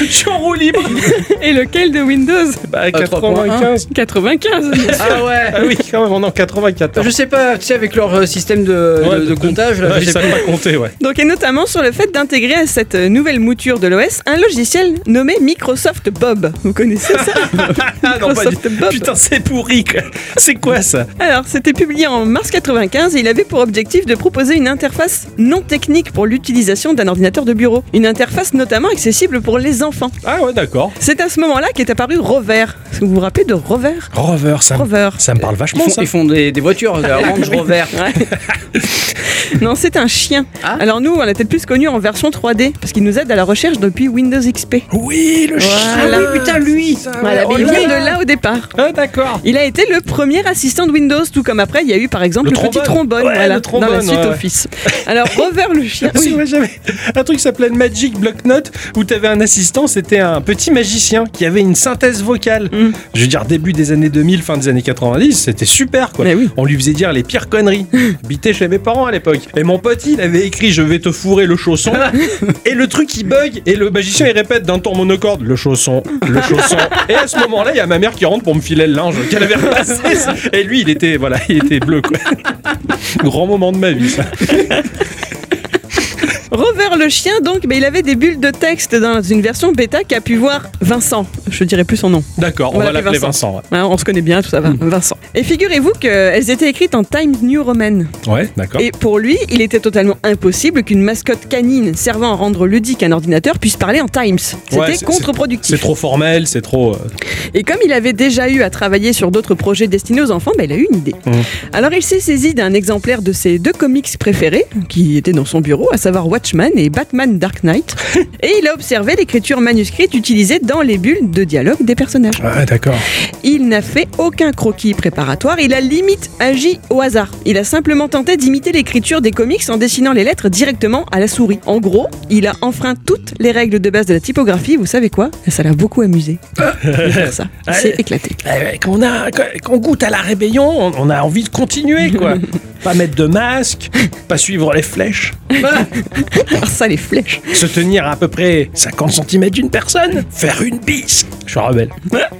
Je suis en roue libre et lequel de Windows Bah, 95. 95 95 Ah ouais Ah oui, quand même, on est en Euh, Je 94. sais pas, tu sais, avec leur euh, système de, Ouais, de- de de- comptage, là, Ouais, je ils sais savent plus. pas compter, ouais. Donc et notamment sur le fait d'intégrer à cette nouvelle mouture de l'OS un logiciel nommé Microsoft Bob. Vous connaissez ça Ah non, pas du- Microsoft Bob. Putain, c'est pourri, quoi. C'est quoi ça Alors, c'était publié en mars 95 et il avait pour objectif de proposer une interface non technique pour l'utilisation d'un ordinateur de bureau. Une interface notamment accessible pour les enfants. Ah ouais, d'accord. C'est à ce moment-là qu'est apparu Rover. Vous vous rappelez de Rover Rover, ça, me- Rover. ça me parle Ils vachement, font, ça. ils font des, des voitures, la Range Rover. Non, c'est un chien. Ah. Alors nous, on l'a peut-être plus connu en version 3D parce qu'il nous aide à la recherche depuis Windows XP. Ah Oui, le Voilà. chien Ah, oh putain, lui Voilà, mais il vient de oh là au départ. Ah, d'accord. Il a été le premier assistant de Windows, tout comme après, il y a eu par exemple Le le, petit trombone. trombone, Ouais, voilà, le trombone, dans la suite ouais, ouais. Office. Alors Rover le chien, Oui. oui, Ouais, j'avais un truc qui s'appelait le Magic Block-Note où t'avais un assistant, c'était un petit magicien qui avait une synthèse vocale. Mm. Je veux dire, début des années 2000, fin des années 90, c'était super quoi. Mais oui. On lui faisait dire les pires conneries. Habité chez mes parents à l'époque. Et mon pote, il avait écrit Je vais te fourrer le chausson. et le truc il bug et le magicien il répète d'un ton monocorde Le chausson, le chausson. et à ce moment-là, il y a ma mère qui rentre pour me filer le linge qu'elle avait repassé. Et lui, il était, voilà, il était bleu quoi. Grand moment de ma vie ça. Rover le chien, donc, mais il avait des bulles de texte dans une version bêta qu'a pu voir Vincent. Je dirais plus son nom. D'accord, on On va va l'appeler l'appeler Vincent. ouais. Hein, on se connaît bien, tout ça, va, Mm. Vincent. Et figurez-vous qu'elles étaient écrites en Times New Roman. Ouais, d'accord. Et pour lui, il était totalement impossible qu'une mascotte canine servant à rendre ludique un ordinateur puisse parler en Times. C'était Ouais, c'est- C'est contre-productif. trop formel, c'est trop. euh, Et comme il avait déjà eu à travailler sur d'autres projets destinés aux enfants, bah, il a eu une idée. Mhm. Alors il s'est saisi d'un exemplaire de ses deux comics préférés, qui étaient dans son bureau, à savoir Watchman et Batman Dark Knight, et il a observé l'écriture manuscrite utilisée dans les bulles de dialogue des personnages. Ah, d'accord. Il n'a fait aucun croquis préparatoire, il a limite agi au hasard. Il a simplement tenté d'imiter l'écriture des comics en dessinant les lettres directement à la souris. En gros, il a enfreint toutes les règles de base de la typographie, vous savez quoi Ça l'a beaucoup amusé. de faire ça. Il s'est éclaté. Eh, qu'on a, qu'on goûte à la rébellion, on, on a envie de continuer, quoi. pas mettre de masque, pas suivre les flèches, Alors ça, les flèches. se tenir à peu près 50 cm d'une personne, faire une bise. Je suis rebelle.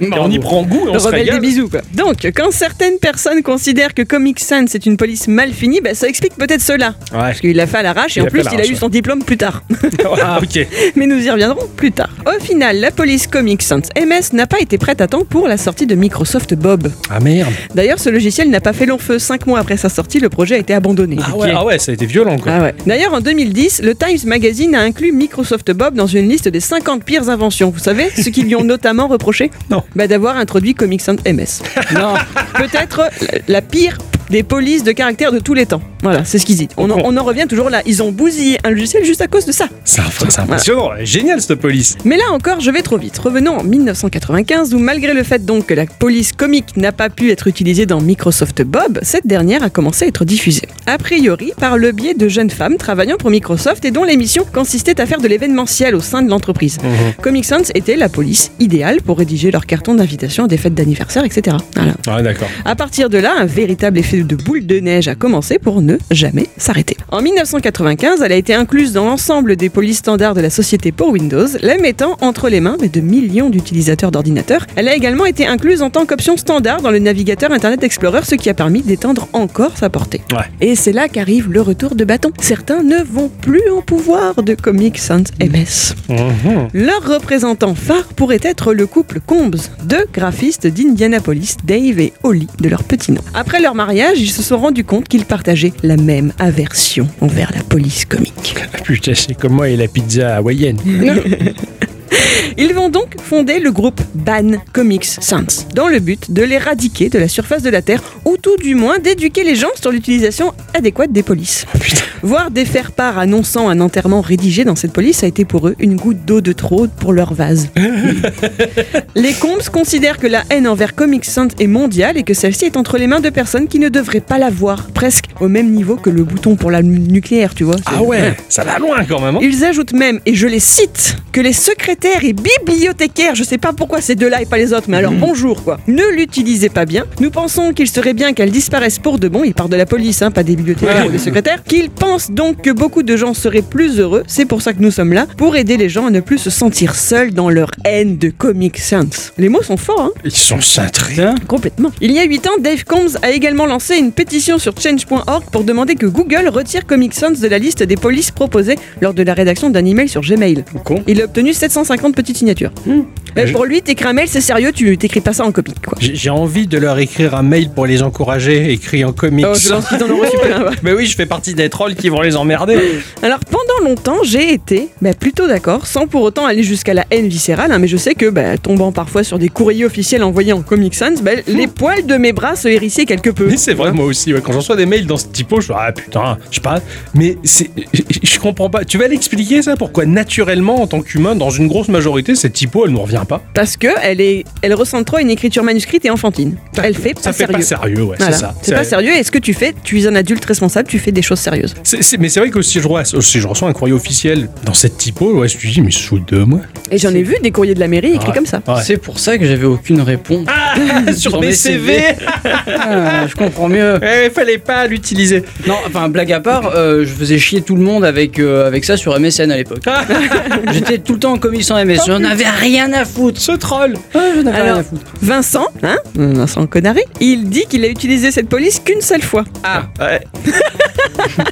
Et on y prend goût, et on Le se rebelle des régale. bisous, quoi. Donc, quand certaines personnes considèrent que Comic Sans est une police mal finie, bah, ça explique peut-être cela. Ouais. Parce qu'il l'a fait à l'arrache et Il en l'a fait plus, à il a l'arrache, eu ouais. son diplôme plus tard. Ah, ok. Mais nous y reviendrons plus tard. Au final, la police Comic Sans MS n'a pas été prête à temps pour la sortie de Microsoft Bob. Ah merde. D'ailleurs, ce logiciel n'a pas fait long feu. Cinq mois après sa sortie, le projet a été abandonné. Ah ouais, ah ouais, ça a été violent, quoi. Ah ouais. D'ailleurs, en 2010, le Times Magazine a inclus Microsoft Bob dans une liste des 50 pires inventions. Vous savez, ce qu'ils lui ont notamment reproché Non. Bah, D'avoir introduit Comic Sans MS. Non. Peut-être la, la pire des polices de caractère de tous les temps. Voilà, c'est ce qu'ils disent. On en, on en revient toujours là. Ils ont bousillé un logiciel juste à cause de ça. C'est imp- c'est impressionnant. Génial, cette police. Mais là encore, je vais trop vite. Revenons en 1995 où malgré le fait donc que la police comique n'a pas pu être utilisée dans Microsoft Bob, cette dernière a commencé à être diffusée. A priori, par le biais de jeunes femmes travaillant pour Microsoft et dont l'émission consistait à faire de l'événementiel au sein de l'entreprise. Comic Sans était la police idéale pour rédiger leurs cartons d'invitation à des fêtes d'anniversaire, etc. Voilà. Ouais, d'accord. À partir de là, un véritable effet de boule de neige a commencé pour ne jamais s'arrêter. En 1995, elle a été incluse dans l'ensemble des polices standards de la société pour Windows, la mettant entre les mains mais de millions d'utilisateurs d'ordinateurs. Elle a également été incluse en tant qu'option standard dans le navigateur Internet Explorer, ce qui a permis d'étendre encore sa portée. Ouais. Et c'est là qu'arrive le retour de bâton. Certains ne vont plus en pouvoir de Comic Sans MS. Mhm. Leur représentant phare pourrait être le couple Combs, deux graphistes d'Indianapolis, Dave et Holly, de leur petit nom. Après leur mariage, ils se sont rendus compte qu'ils partageaient la même aversion envers la police comique. Ah, Putain, c'est comme moi et la pizza hawaïenne. Ils vont donc fonder le groupe Ban Comics Sans, dans le but de l'éradiquer de la surface de la Terre, ou tout du moins d'éduquer les gens sur l'utilisation adéquate des polices. Voir des faire part annonçant un enterrement rédigé dans cette police a été pour eux une goutte d'eau de trop pour leur vase. les Combs considèrent que la haine envers Comics Sans est mondiale et que celle-ci est entre les mains de personnes qui ne devraient pas la voir, presque au même niveau que le bouton pour la nu- nucléaire, tu vois. C'est- Ah ouais, ça va loin quand même. hein. ils ajoutent même, et je les cite, que les secrétaires et bibliothécaire. Je sais pas pourquoi ces deux-là et pas les autres, mais alors bonjour quoi. Ne l'utilisez pas bien. Nous pensons qu'il serait bien qu'elle disparaisse pour de bon. Il part de la police, hein, pas des bibliothécaires Ouais. ou des secrétaires. Qu'il pense donc que beaucoup de gens seraient plus heureux. C'est pour ça que nous sommes là, pour aider les gens à ne plus se sentir seuls dans leur haine de Comic Sans. Les mots sont forts, hein. Ils sont cintrés. Putain. Complètement. Il y a 8 ans, Dave Combs a également lancé une pétition sur change.org pour demander que Google retire Comic Sans de la liste des polices proposées lors de la rédaction d'un email sur Gmail. Con. Il a obtenu 750 petites signatures. Mais pour lui, t'écris un mail, c'est sérieux, tu t'écris pas ça en comique, quoi. J'ai j'ai envie de leur écrire un mail pour les encourager, écrit en comics. Oh, je pense qu'ils en ont reçu plein, ouais. Mais oui, je fais partie des trolls qui vont les emmerder. Alors pendant longtemps, j'ai été bah, plutôt d'accord, sans pour autant aller jusqu'à la haine viscérale, hein, mais je sais que bah, tombant parfois sur des courriers officiels envoyés en Comic Sans, bah, les poils de mes bras se hérissaient quelque peu. Mais c'est vrai, moi aussi. ouais, Quand j'en reçois des mails dans ce typo, je fais Ah putain, je sais pas. Mais c'est- je je comprends pas. Tu vas l'expliquer ça Pourquoi naturellement, en tant qu'humain, dans une grosse majorité, cette typo, elle nous revient pas Parce que elle, est, elle ressemble trop à une écriture manuscrite et enfantine. Elle fait pas Ça fait sérieux. pas sérieux, ouais, Voilà. c'est ça. C'est pas sérieux et ce que tu fais, tu es un adulte responsable, tu fais des choses sérieuses. c'est- c'est- mais c'est vrai que si je, reçois, si je reçois un courrier officiel dans cette typo, ouais, je me dis, mais je suis de moi. Et j'en ai vu des courriers de la mairie écrits Ouais. comme ça. Ouais. Ah. C'est pour ça que j'avais aucune réponse. Sur Sur mes mes CV, Ah, je comprends mieux. eh, fallait pas l'utiliser. Non, enfin, blague à part, euh, je faisais chier tout le monde avec, euh, avec ça sur MSN à l'époque. Ah. J'étais tout le temps en commission MSN, j'en avais rien à foutre. Ce troll Alors, Vincent, hein, Vincent Conaré, il dit qu'il a utilisé cette police qu'une seule fois. Ah, ouais.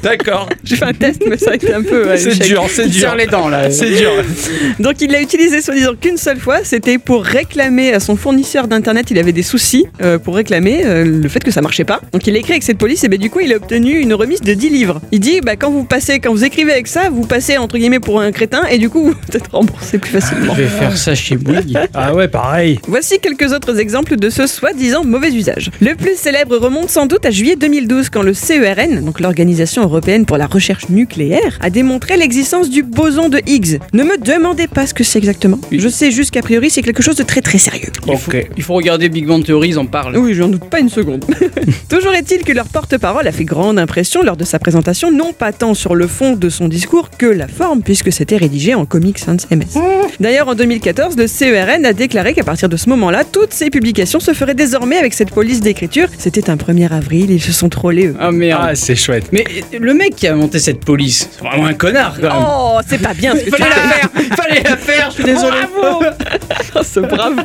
D'accord. J'ai fait un test, mais ça a été un peu. à C'est l'échec. dur, c'est Il dur. serre les dents Euh. là. C'est dur. Donc il l'a utilisé soi-disant qu'une seule fois, c'était pour réclamer à son fournisseur d'internet, il avait des soucis euh, pour réclamer euh, le fait que ça marchait pas. Donc il a écrit avec cette police et ben, du coup il a obtenu une remise de 10 livres. Il dit bah quand vous passez quand vous écrivez avec ça, vous passez entre guillemets pour un crétin et du coup vous êtes remboursé plus facilement. Je vais faire ça chez Bouygues. Ah ouais, pareil. Voici quelques autres exemples de ce soi-disant mauvais usage. Le plus célèbre remonte sans doute à juillet 2012 quand le CERN, donc l'Organisation européenne pour la recherche nucléaire, a démontré l'existence du boson de Higgs. Ne me demandez pas ce que c'est exactement. Je sais juste qu'a priori c'est quelque chose de très très sérieux. Il faut, il faut regarder Big Bang Theory, ils en parlent. Oui, j'en doute pas une seconde. Toujours est-il que leur porte-parole a fait grande impression lors de sa présentation, non pas tant sur le fond de son discours que la forme, puisque c'était rédigé en Comic Sans MS. D'ailleurs, en 2014, le CERN a déclaré qu'à partir de ce moment-là, toutes ses publications se feraient désormais avec cette police d'écriture. C'était un 1er avril, ils se sont trollés eux. Ah merde. Ah, c'est chouette. Mais euh, le mec qui a monté cette police, c'est vraiment un connard quand même. Oh, c'est pas bien ce que tu Ah. fallait la fais. faire, fallait la faire, je suis désolé. Ce bravo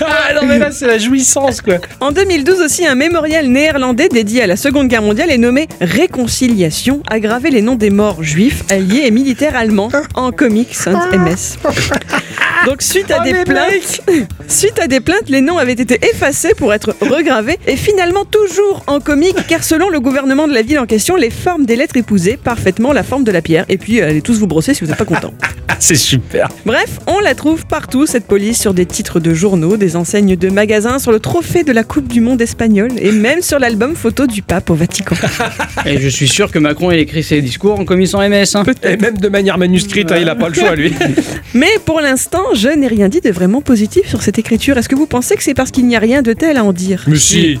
Ah non, mais là, c'est la jouissance, quoi. En 2012 aussi, un mémorial néerlandais dédié à la Seconde Guerre mondiale est nommé Réconciliation, a gravé les noms des morts juifs, alliés et militaires allemands en comics sans MS. Donc suite à des plaintes, suite à des plaintes, les noms avaient été effacés pour être regravés et finalement toujours en comique car selon le gouvernement de la ville en question, les formes des lettres épousaient parfaitement la forme de la pierre et puis euh, allez tous vous brosser si vous n'êtes pas content. Ah, c'est super. Bref, on la trouve partout, cette police, sur des titres de journaux, des enseignes de magasins, sur le trophée de la Coupe du Monde espagnole et même sur l'album photo du pape au Vatican. Et je suis sûr que Macron il écrit ses discours en commission MS. Hein. Et même de manière manuscrite, hein, il a pas le choix, lui. Mais pour l'instant, je n'ai rien dit de vraiment positif sur cette écriture. Est-ce que vous pensez que c'est parce qu'il n'y a rien de tel à en dire Mais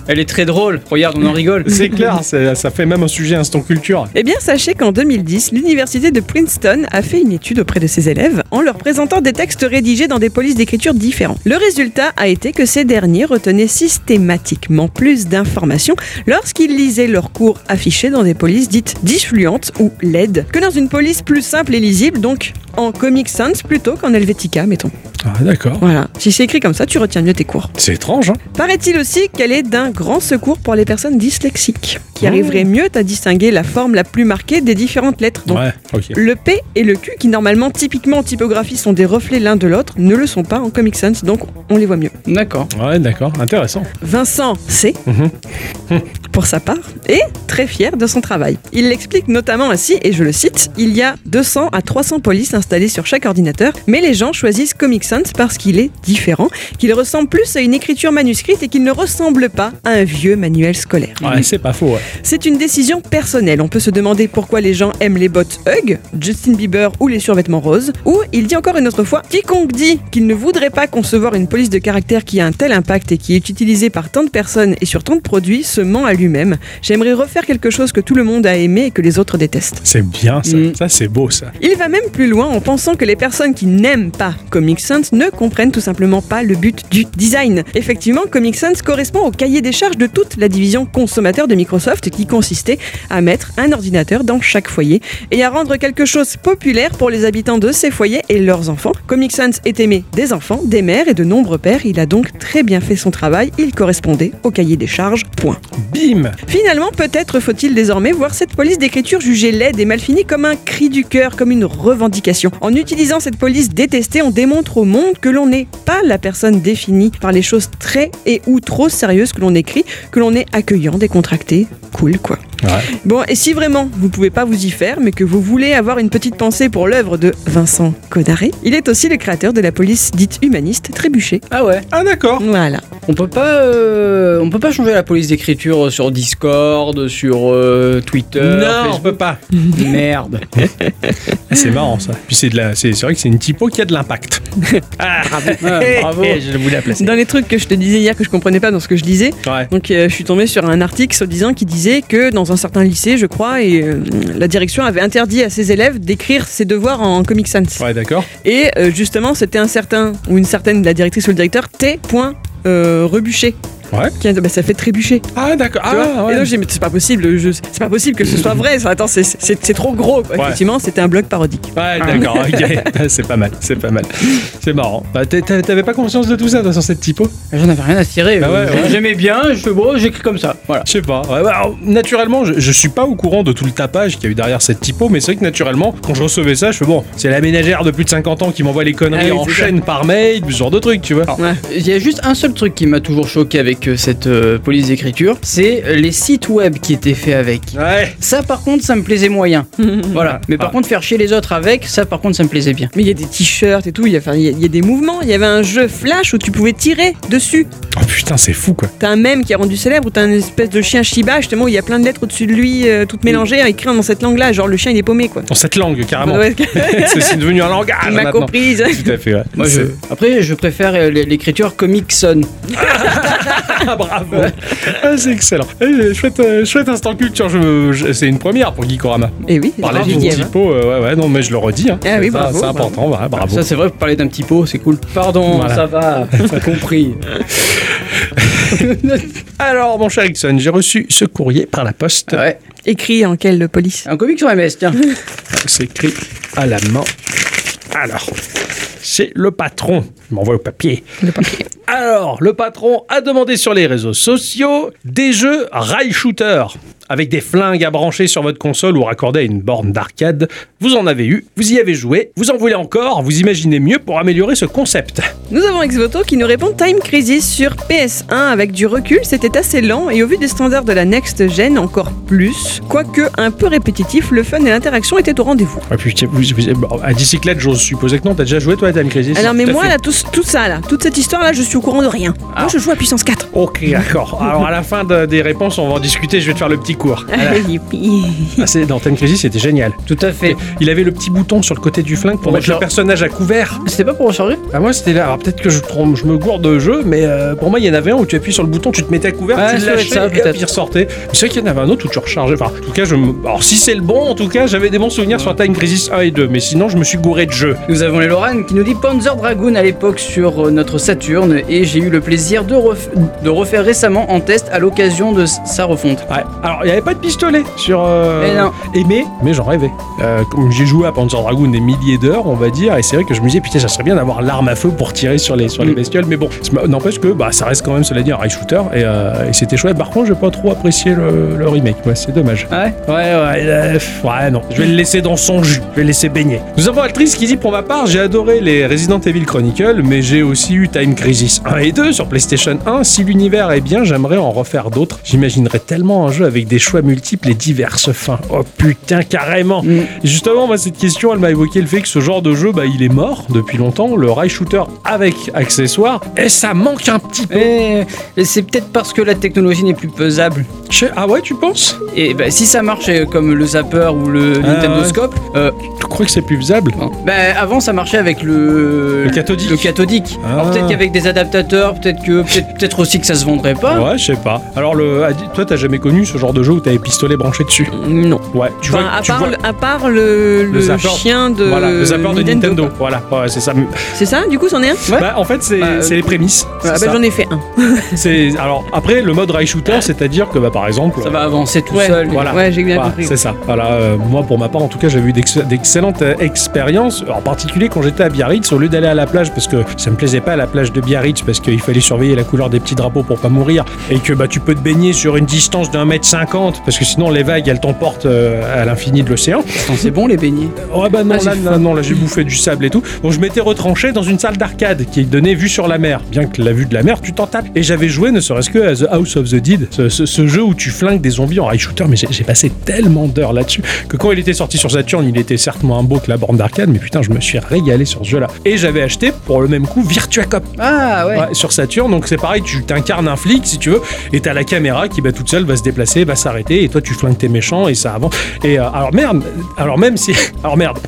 Elle est très drôle, regarde, on en rigole. C'est clair, ça, ça fait même un sujet instant culture. Eh bien, sachez qu'en 2010, l'université de Princeton a fait une étude auprès de ses élèves en leur présentant des textes rédigés dans des polices d'écriture différents. Le résultat a été que ces derniers retenaient systématiquement plus d'informations lorsqu'ils lisaient leurs cours affichés dans des polices dites disfluentes ou LED que dans une police plus simple et lisible, donc en Comic Sans plutôt qu'en Helvetica, mettons. Ah, d'accord. Voilà, si c'est écrit comme ça, tu retiens mieux tes cours. C'est étrange, hein. Paraît-il aussi qu'elle est d'un grand secours pour les personnes dyslexiques, qui arriveraient mieux à distinguer la forme la plus marquée des différentes lettres. Donc, Ouais, ok. Le P et le Q, qui normalement typiquement en typographie sont des reflets l'un de l'autre, ne le sont pas en Comic Sans, donc on les voit mieux. D'accord. Ouais, d'accord, intéressant. Vincent C, Mhm. pour sa part, est très fier de son travail. Il l'explique notamment ainsi, et je le cite, il y a 200 à 300 polices installées sur chaque ordinateur, mais les gens choisissent Comic Sans parce qu'il est différent, qu'il ressemble plus à une écriture manuscrite et qu'il ne ressemble pas à un vieux manuel scolaire. Ouais, c'est pas faux, ouais. C'est une décision personnelle. On peut se demander pourquoi les gens aiment les bottes Hug, Justin Bieber ou les survêtements roses. Ou il dit encore une autre fois, quiconque dit qu'il ne voudrait pas concevoir une police de caractère qui a un tel impact et qui est utilisée par tant de personnes et sur tant de produits se ment à lui-même. J'aimerais refaire quelque chose que tout le monde a aimé et que les autres détestent. C'est bien, ça. Mm. Ça, c'est beau, ça. Il va même plus loin en pensant que les personnes qui n'aiment pas Comic Sans Sans ne comprennent tout simplement pas le but du design. Effectivement, Comic Sans correspond au cahier des charges de toute la division consommateur de Microsoft qui consistait à mettre un ordinateur dans chaque foyer et à rendre quelque chose populaire pour les habitants de ces foyers et leurs enfants. Comic Sans est aimé des enfants, des mères et de nombreux pères. Il a donc très bien fait son travail. Il correspondait au cahier des charges. Point. Bim Finalement, peut-être faut-il désormais voir cette police d'écriture jugée laide et mal finie comme un cri du cœur, comme une revendication. En utilisant cette police détestée, on démontre au monde que l'on n'est pas la personne définie par les choses très et ou trop sérieuses que l'on écrit, que l'on est accueillant, décontracté, cool quoi. Bon, et si vraiment vous pouvez pas vous y faire, mais que vous voulez avoir une petite pensée pour l'œuvre de Vincent Codaré, il est aussi le créateur de la police dite humaniste Trébuchet. Ah ouais. Ah d'accord Voilà. On peut pas, euh, on peut pas changer la police d'écriture sur Discord, sur euh, Twitter. Non, on Facebook. peut pas. Merde. Ah, C'est marrant ça. Puis c'est de la, c'est, c'est vrai que c'est une typo qui a de l'impact. ah, Eh, Ouais, bravo. Je vous la placer. Dans les trucs que je te disais hier que je comprenais pas dans ce que je disais, Ouais. donc euh, je suis tombée sur un article soi-disant qui disait que dans un certain lycée, je crois, et euh, la direction avait interdit à ses élèves d'écrire ses devoirs en Comic Sans. Ouais, d'accord. Et euh, justement, c'était un certain ou une certaine, la directrice ou le directeur, T. point, euh, rebuché. Ouais. Qui a- bah, ça fait trébucher. Ah, d'accord. Tu vois Ah, Et donc ouais. j'ai dit, mais c'est pas possible, je- c'est pas possible que ce soit vrai. ça, Attends, c'est- c'est c'est trop gros. quoi. Ouais. Effectivement, c'était un blog parodique. Ouais, Ah. d'accord, ok. c'est pas mal, c'est pas mal. C'est marrant. Bah, t'es- t'avais t'avais pas conscience de tout ça, toi, sur cette typo J'en avais rien à tirer. Bah ouais, ouais. J'aimais bien, je fais bon, j'écris comme ça. Voilà. Je sais pas. Ouais, bah, alors, naturellement, je, je suis pas au courant de tout le tapage qu'il y a eu derrière cette typo, mais c'est vrai que naturellement, quand je recevais ça, je fais bon, c'est la ménagère de plus de 50 ans qui m'envoie les conneries Ah oui, en c'est chaîne par mail, ce genre de truc, tu vois. Il y a juste un seul truc qui m'a toujours choqué avec euh, cette euh, police d'écriture, c'est euh, les sites web qui étaient faits avec. Ouais. Ça par contre ça me plaisait moyen. voilà. Mais par Ah. contre faire chier les autres avec, ça par contre ça me plaisait bien. Mais il y a des t-shirts et tout, il y, a- enfin, il y a- il y a des mouvements. Il y avait un jeu flash où tu pouvais tirer dessus. Oh putain, c'est fou, quoi. T'as un mème qui est rendu célèbre où t'as une espèce de chien Shiba, justement, où il y a plein de lettres au-dessus de lui, euh, toutes mélangées, écrites dans cette langue-là. Genre le chien il est paumé quoi. Bah Dans cette langue, carrément. Ouais, c'est c'est devenu un langage. il m'a Ah maintenant. comprise. Tout à fait, ouais. Moi, je- C'est- Après je préfère euh, l'é- l'écriture comic son. Ah, bravo. Ah, c'est excellent. Eh, chouette, euh, chouette instant culture. Je, je- c'est une première pour Geekorama. Et Eh oui, Parler bravo, d'une Guillaume. typo, euh, ouais, ouais, non, mais je le redis. hein. Ah oui, Ça, bravo, C'est bravo. important, voilà, bravo. Ça c'est vrai, vous parlez d'un petit pot, c'est cool. Pardon, Ah Voilà. ça va, t'as compris. Alors, mon cher Ixon, j'ai reçu ce courrier par la poste. ouais. Écrit en quelle police Un comic sur MS, tiens. C'est écrit à la main. Alors, c'est le patron. Je m'envoie au papier. Alors, le patron a demandé sur les réseaux sociaux des jeux rail shooter. Avec des flingues à brancher sur votre console ou raccordés à une borne d'arcade, vous en avez eu, vous y avez joué, vous en voulez encore, vous imaginez mieux pour améliorer ce concept. Nous avons Exvoto qui nous répond Time Crisis sur PS1 avec du recul, c'était assez lent et au vu des standards de la next gen encore plus, quoique un peu répétitif, le fun et l'interaction étaient au rendez-vous. Ah putain, vous- vous- bon, à bicyclette, j'ose supposer que non, t'as déjà joué toi à Time Crisis Alors Ah mais Tout à moi fait. Ah. là tout, tout ça là, toute cette histoire là, je suis au courant de rien. Moi je joue à puissance 4. Ok, d'accord. Alors à la fin de- des réponses, on va en discuter, je vais te faire le petit cours. Ah Youpi. Ah, c'est- dans Time Crisis, c'était génial. Tout à fait. Il avait le petit bouton sur le côté du flingue pour Ouais, mettre le genre- personnage à couvert. C'était pas pour recharger Ah moi c'était là. Alors peut-être que je trompe, je me gourde de jeu, mais euh, pour moi il y en avait un où tu appuies sur le bouton, tu te mettais à couvert, Ouais, tu ça doit lâchais être ça, et hop, peut-être. il ressortait. Mais C'est vrai qu'il y en avait un autre où tu rechargeais. Enfin, en tout cas, je me... alors si c'est le bon, en tout cas, j'avais des bons souvenirs sur Time Crisis 1 et 2, mais sinon je me suis gouré de jeu. Nous avons les Loran qui nous dit Panzer Dragoon à l'époque sur euh, notre Saturne et j'ai eu le plaisir de, ref- de refaire récemment en test à l'occasion de s- sa refonte. Ouais. Alors il n'y avait pas de pistolet sur. euh, Eh non. Aimé, mais j'en rêvais. Euh, comme j'ai joué à Panzer Dragoon des milliers d'heures, on va dire, et c'est vrai que je me disais putain, ça serait bien d'avoir l'arme à feu pour tirer sur les sur les Mm. bestioles, mais bon, c'est- n'empêche que bah ça reste quand même cela dit un rail shooter et, euh, et c'était chouette. Par contre, j'ai pas trop apprécié le, le remake, ouais, c'est dommage. Ah ouais Ouais, ouais, euh, pff, ouais, non. Je vais le laisser dans son jus. Je vais le laisser baigner. Nous avons Altrice qui dit Pour ma part, j'ai adoré les Resident Evil Chronicle, mais j'ai aussi eu Time Crisis 1 et 2 sur PlayStation 1. Si l'univers est bien, j'aimerais en refaire d'autres. J'imaginerais tellement un jeu avec des choix multiples et diverses fins. Oh putain, carrément Mm. et Justement, moi, cette question, elle m'a évoqué le fait que ce genre de jeu, bah, il est mort depuis longtemps. Le rail shooter avec accessoires, et ça manque un petit peu. Et c'est peut-être parce que la technologie n'est plus pesable. Je Je- Ah ouais, tu penses Et bah, si ça marche euh, comme le zapper ou le Ah, Nintendo Scope, euh, Tu crois que c'est plus faisable non. Bah, avant ça marchait avec le, Le cathodique. le cathodique. Ah. Alors peut-être qu'avec des adaptateurs, peut-être que peut-être peut-être aussi que ça se vendrait pas. Ouais, je sais pas. Alors, le, Adi- toi, t'as jamais connu ce genre de jeu où t'as les pistolets branchés dessus Mm, Non. Ouais, tu Enfin, vois. à, tu part vois- le, à part le, le zapper. chien de Voilà, le zapper de Nintendo. Voilà, ouais, c'est ça. C'est ça Du coup, c'en est un Ouais. Bah, en fait, c'est Bah, euh, c'est les prémices. Ah, bah, C'est ça. J'en ai fait un. C'est- Alors, après, le mode rail shooter, c'est-à-dire que, bah, par exemple. Ça va euh, avancer tout Ouais. seul. Voilà. Ouais, j'ai bien Voilà, compris. c'est ça. Voilà, euh, moi pour ma part, en tout cas, j'avais eu d'ex- d'excellentes euh, expériences, en particulier quand j'étais à Biarritz, au lieu d'aller à la plage, parce que ça me plaisait pas à la plage de Biarritz, parce qu'il fallait surveiller la couleur des petits drapeaux pour pas mourir, et que bah tu peux te baigner sur une distance d'un mètre cinquante, parce que sinon les vagues elles t'emportent euh, à l'infini de l'océan. Attends, c'est bon les beignets. Oh bah non, Ah, j'ai là, là, non, là j'ai bouffé du sable et tout. Donc je m'étais retranché dans une salle d'arcade qui donnait vue sur la mer. Bien que la vue de la mer, tu t'en tapes. Et j'avais joué ne serait-ce que à The House of the Dead, ce, ce- ce jeu où tu flingues des zombies en rail shooter. Mais j'ai j'ai passé tellement d'heures là-dessus que quand il était sorti sur Saturn, il était certes moins beau que la borne d'arcade, mais putain, je me suis régalé sur ce jeu-là. Et j'avais acheté pour le même coup Virtua Cop Ah ouais. Ouais, sur Saturn. Donc c'est pareil, tu t'incarnes un flic si tu veux, et t'as la caméra qui bah, toute seule va se déplacer, va s'arrêter, et toi tu flingues tes méchants et ça avance. Et euh, alors merde, alors même si, alors merde,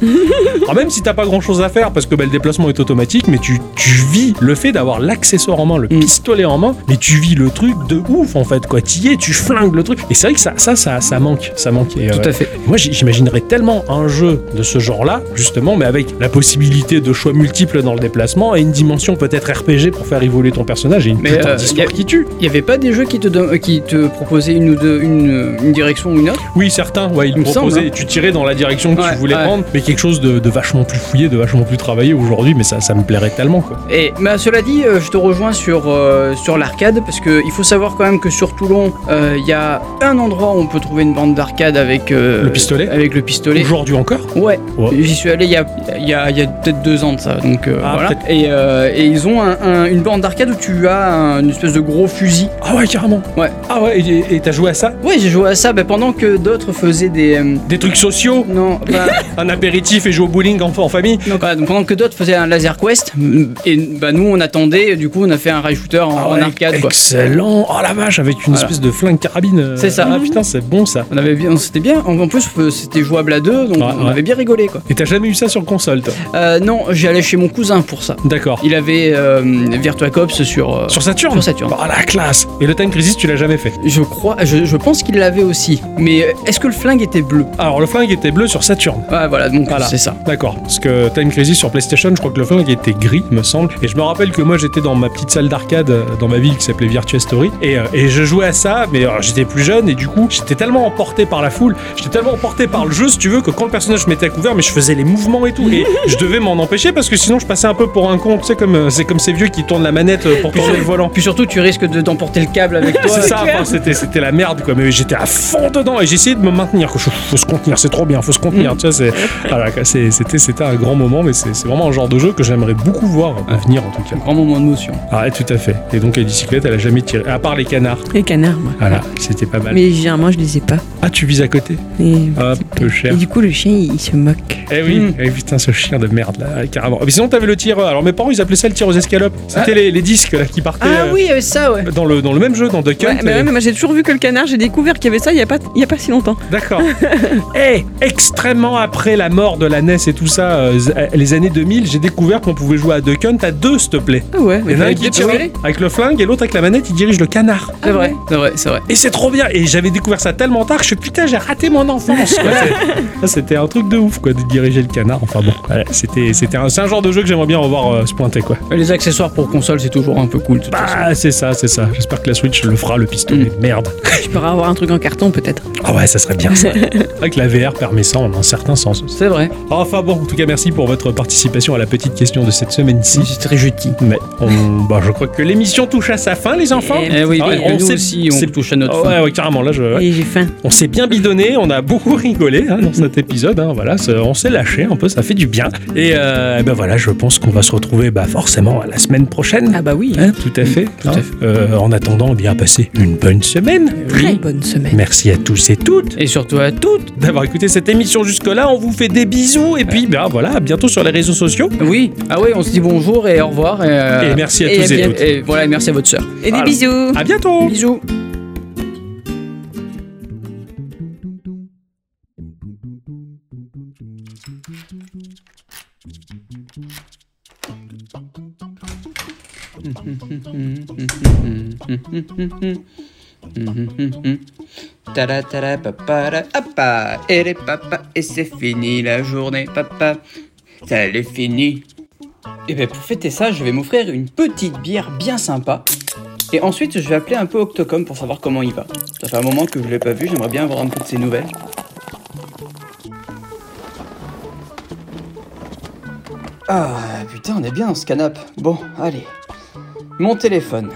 alors même si t'as pas grand chose à faire parce que bah, le déplacement est automatique, mais tu, tu vis le fait d'avoir l'accessoire en main, le Mm. pistolet en main, mais tu vis le truc de ouf en fait quoi. T'y es, tu flingues le truc. Et c'est vrai que ça, ça, ça, ça manque, ça manque. Et, euh, Tout à fait. moi, j- j'imaginerais tellement un jeu de ce genre-là, justement, mais avec la possibilité de choix multiples dans le déplacement et une dimension peut-être RPG pour faire évoluer ton personnage et une Mais, putain euh, d'histoire y a- qui tue. Il y avait pas des jeux qui te don- euh, qui te proposaient une ou deux une, une direction ou une autre. Oui, certains, ouais, ils Il me proposaient, semble, hein. tu tirais dans la direction que Ouais, tu voulais ouais. prendre, mais quelque chose de, de vachement plus fouillé, de vachement plus travaillé aujourd'hui, mais ça, ça me plairait tellement, quoi. Et bah, cela dit, euh, je te rejoins sur, euh, sur l'arcade parce que il faut savoir quand même que sur Toulon, euh, il y a un endroit où on peut trouver une bande d'arcade avec euh, Le pistolet Avec le pistolet. Aujourd'hui encore Ouais, Ouais. j'y suis allé il y a, il y a- il y a peut-être deux ans de ça, donc euh, Ah, voilà. peut-être. Et, euh, et ils ont un- un- une bande d'arcade où tu as un- une espèce de gros fusil. Ah ouais, carrément Ouais. Ah ouais, et et t'as joué à ça Ouais, j'ai joué à ça bah, pendant que d'autres faisaient des. euh, Des trucs sociaux non, bah, Un apéritif et jouer au bowling en, en famille non, bah, donc pendant que d'autres faisaient un laser quest, mm, et bah nous on attendait, et du coup on a fait un rail shooter en, Ah en ouais, arcade quoi. Excellent Oh la vache, avec une Voilà. espèce de flingue carabine euh. C'est ça. Mhm. Ah putain, c'est bon ça On avait bien, on s'était bien. En en plus, euh, c'était jouable à deux, donc Ouais, on ouais. avait bien rigolé quoi. Et t'as jamais eu ça sur console, toi Euh, non, j'allais chez mon cousin pour ça. D'accord. Il avait euh, Virtua Cops sur. euh, Sur Saturn Sur Saturn. Oh la classe Et le Time Crisis, tu l'as jamais fait Je crois, je, je pense qu'il l'avait aussi. Mais euh, est-ce que le flingue était bleu Alors, le flingue était bleu sur Saturn. Ah voilà, donc Voilà. c'est ça. D'accord. Parce que Time Crisis sur PlayStation, je crois que le flingue était gris, me semble. Et je me rappelle que moi, j'étais dans ma petite salle d'arcade euh, dans ma ville qui s'appelait Virtua Story. Et, euh, et je jouais à ça, mais euh, j'étais plus jeune. Et du coup, j'étais tellement emporté par la foule, j'étais tellement emporté par le jeu, si tu veux, que quand le personnage se mettait à couvert, mais je faisais les mouvements et tout. Et je devais m'en empêcher parce que sinon, je passais un peu pour un con. Tu sais, comme, euh, c'est comme ces vieux qui tournent la manette euh, pour tourner le volant. Puis surtout, tu risques de d'emporter le câble avec toi. C'est ça, enfin, c'était, c'était la merde quoi, mais j'étais à fond dedans et j'essayais de me maintenir. quoi. Je- Faut se contenir, c'est trop bien, faut se contenir. Tu vois, c'est, voilà, quoi, c'est- c'était, c'était un grand moment, mais c'est, c'est vraiment un genre de jeu que j'aimerais beaucoup voir à venir en tout cas. Un grand moment de motion. Ah, ouais, tout à fait. Et donc, les bicyclettes, elle a jamais tiré, à part les canards. Les canards, moi. Voilà, c'était pas mal. Mais généralement, je les ai pas. Ah, tu vises à côté Et, Ah, peu cher. et du coup, le chien, il, il se moque. Eh oui, Mm. eh putain, ce chien de merde là, ouais, carrément. Mais sinon, t'avais le tireur. Alors, mes parents, ils appelaient ça le tir aux escalopes. C'était les, les disques là, qui partaient Ah euh, oui, il y avait ça, ouais. dans, le, dans le même jeu, dans Duck Hunt. Ouais, mais, ouais, et- mais moi j'ai toujours vu que le canard, j'ai découvert qu'il y avait ça il y a pas, il y a pas si longtemps. D'accord. et extrêmement après la mort de la NES et tout ça, euh, z- euh, les années 2000, j'ai découvert qu'on pouvait jouer à Duck Hunt à deux, s'il te plaît. Ah ouais, Il y en a un fallait qui te tire tirer. avec le flingue et l'autre avec la manette, il dirige le canard. C'est vrai, c'est vrai, c'est vrai. Et c'est trop bien. Et j'avais découvert ça tellement tard, que je suis putain, j'ai raté mon enfance. quoi. C'est- ça, C'était un truc de ouf, quoi, de diriger le canard. Enfin bon, voilà, c'était, c'était un, c'est un genre de jeu que j'aimerais bien revoir euh, se pointer, quoi. Mais Les accessoires pour console, c'est toujours un peu cool. de toute façon. Bah, c'est ça, c'est ça. J'espère que la Switch le fera, le pistolet. Merde. je pourrais avoir un truc en carton peut-être. Ah ouais, ça serait bien ça. C'est vrai que la VR permet ça en un certain sens aussi. C'est vrai. Ah, Enfin bon, en tout cas, merci pour votre participation à la petite question de cette semaine-ci. C'est très gentil. Mais on- bah, je crois que l'émission touche à sa fin, les enfants. Eh Eh oui, Ah ouais, parce que on nous sait- aussi, on c'est- touche à notre Ah fin. ouais, ouais, carrément. Là, je- ouais. Et j'ai faim. on s'est bien bidonné, on a beaucoup rigolé hein, dans cet épisode. hein, voilà, ça- on s'est lâché un peu, ça fait du bien. Et euh, ben voilà, je pense qu'on va se retrouver bah, forcément à la semaine prochaine. Ah bah oui, Hein, tout à fait. tout à hein. fait. Euh, en attendant, bien passer une bonne semaine. très bonne semaine. Merci à tous et toutes Et surtout à toutes. d'avoir écouté cette émission jusque-là. On vous fait des bisous et puis ben voilà, à bientôt sur les réseaux sociaux. Oui. Ah oui, on se dit bonjour et au revoir. Et, euh, Et merci à tous et bien- toutes. Et voilà, et merci à votre sœur. Et des Ah. bisous. À bientôt. Bisous. Tara tara papara papa et les papas et c'est fini la journée papa ça l'est fini et bien Eh ben, pour fêter ça je vais m'offrir une petite bière bien sympa et ensuite je vais appeler un peu Octocom pour savoir comment il va ça fait un moment que je l'ai pas vu j'aimerais bien avoir un peu de ses nouvelles ah putain on est bien dans ce canap bon allez mon téléphone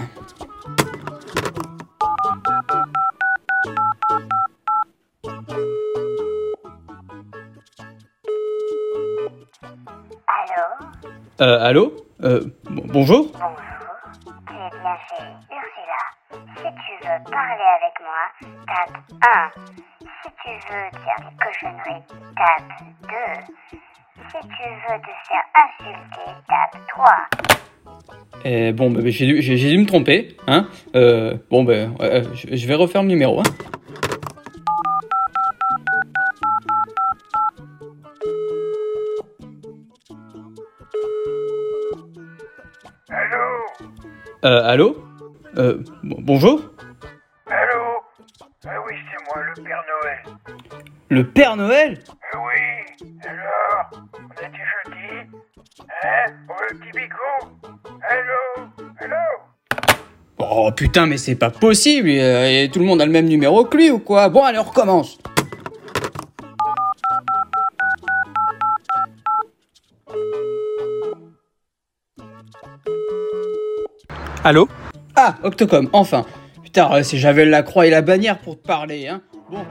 Allô Euh, allô euh, bon- Bonjour Bonjour. Tu es bien chez Ursula. Si tu veux parler avec moi, tape 1. Si tu veux dire des cochonneries, tape 2. Si tu veux te faire insulter, tape 3. Eh, Bon, bah, j'ai dû, j'ai- j'ai dû me tromper, hein Euh, Bon, bah, euh, je je vais refaire le numéro, hein Allô Euh, allô euh, bon- Bonjour Allô Ah oui, c'est moi, le Père Noël. Le Père Noël Ah oui Alors On était jeudi Hein Oh, le petit bicou Allô Allô Oh putain, mais c'est pas possible euh, et Tout le monde a le même numéro que lui ou quoi Bon, allez, on recommence Allô Ah, Octocom, enfin Putain, euh, c'est j'avais la croix et la bannière pour te parler, hein Bon...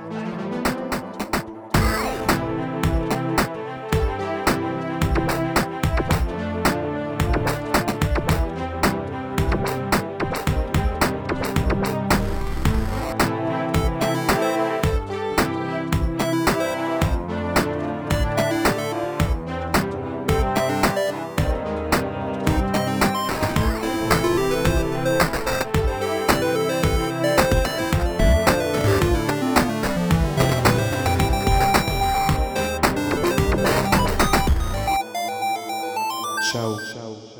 Ciao. Ciao.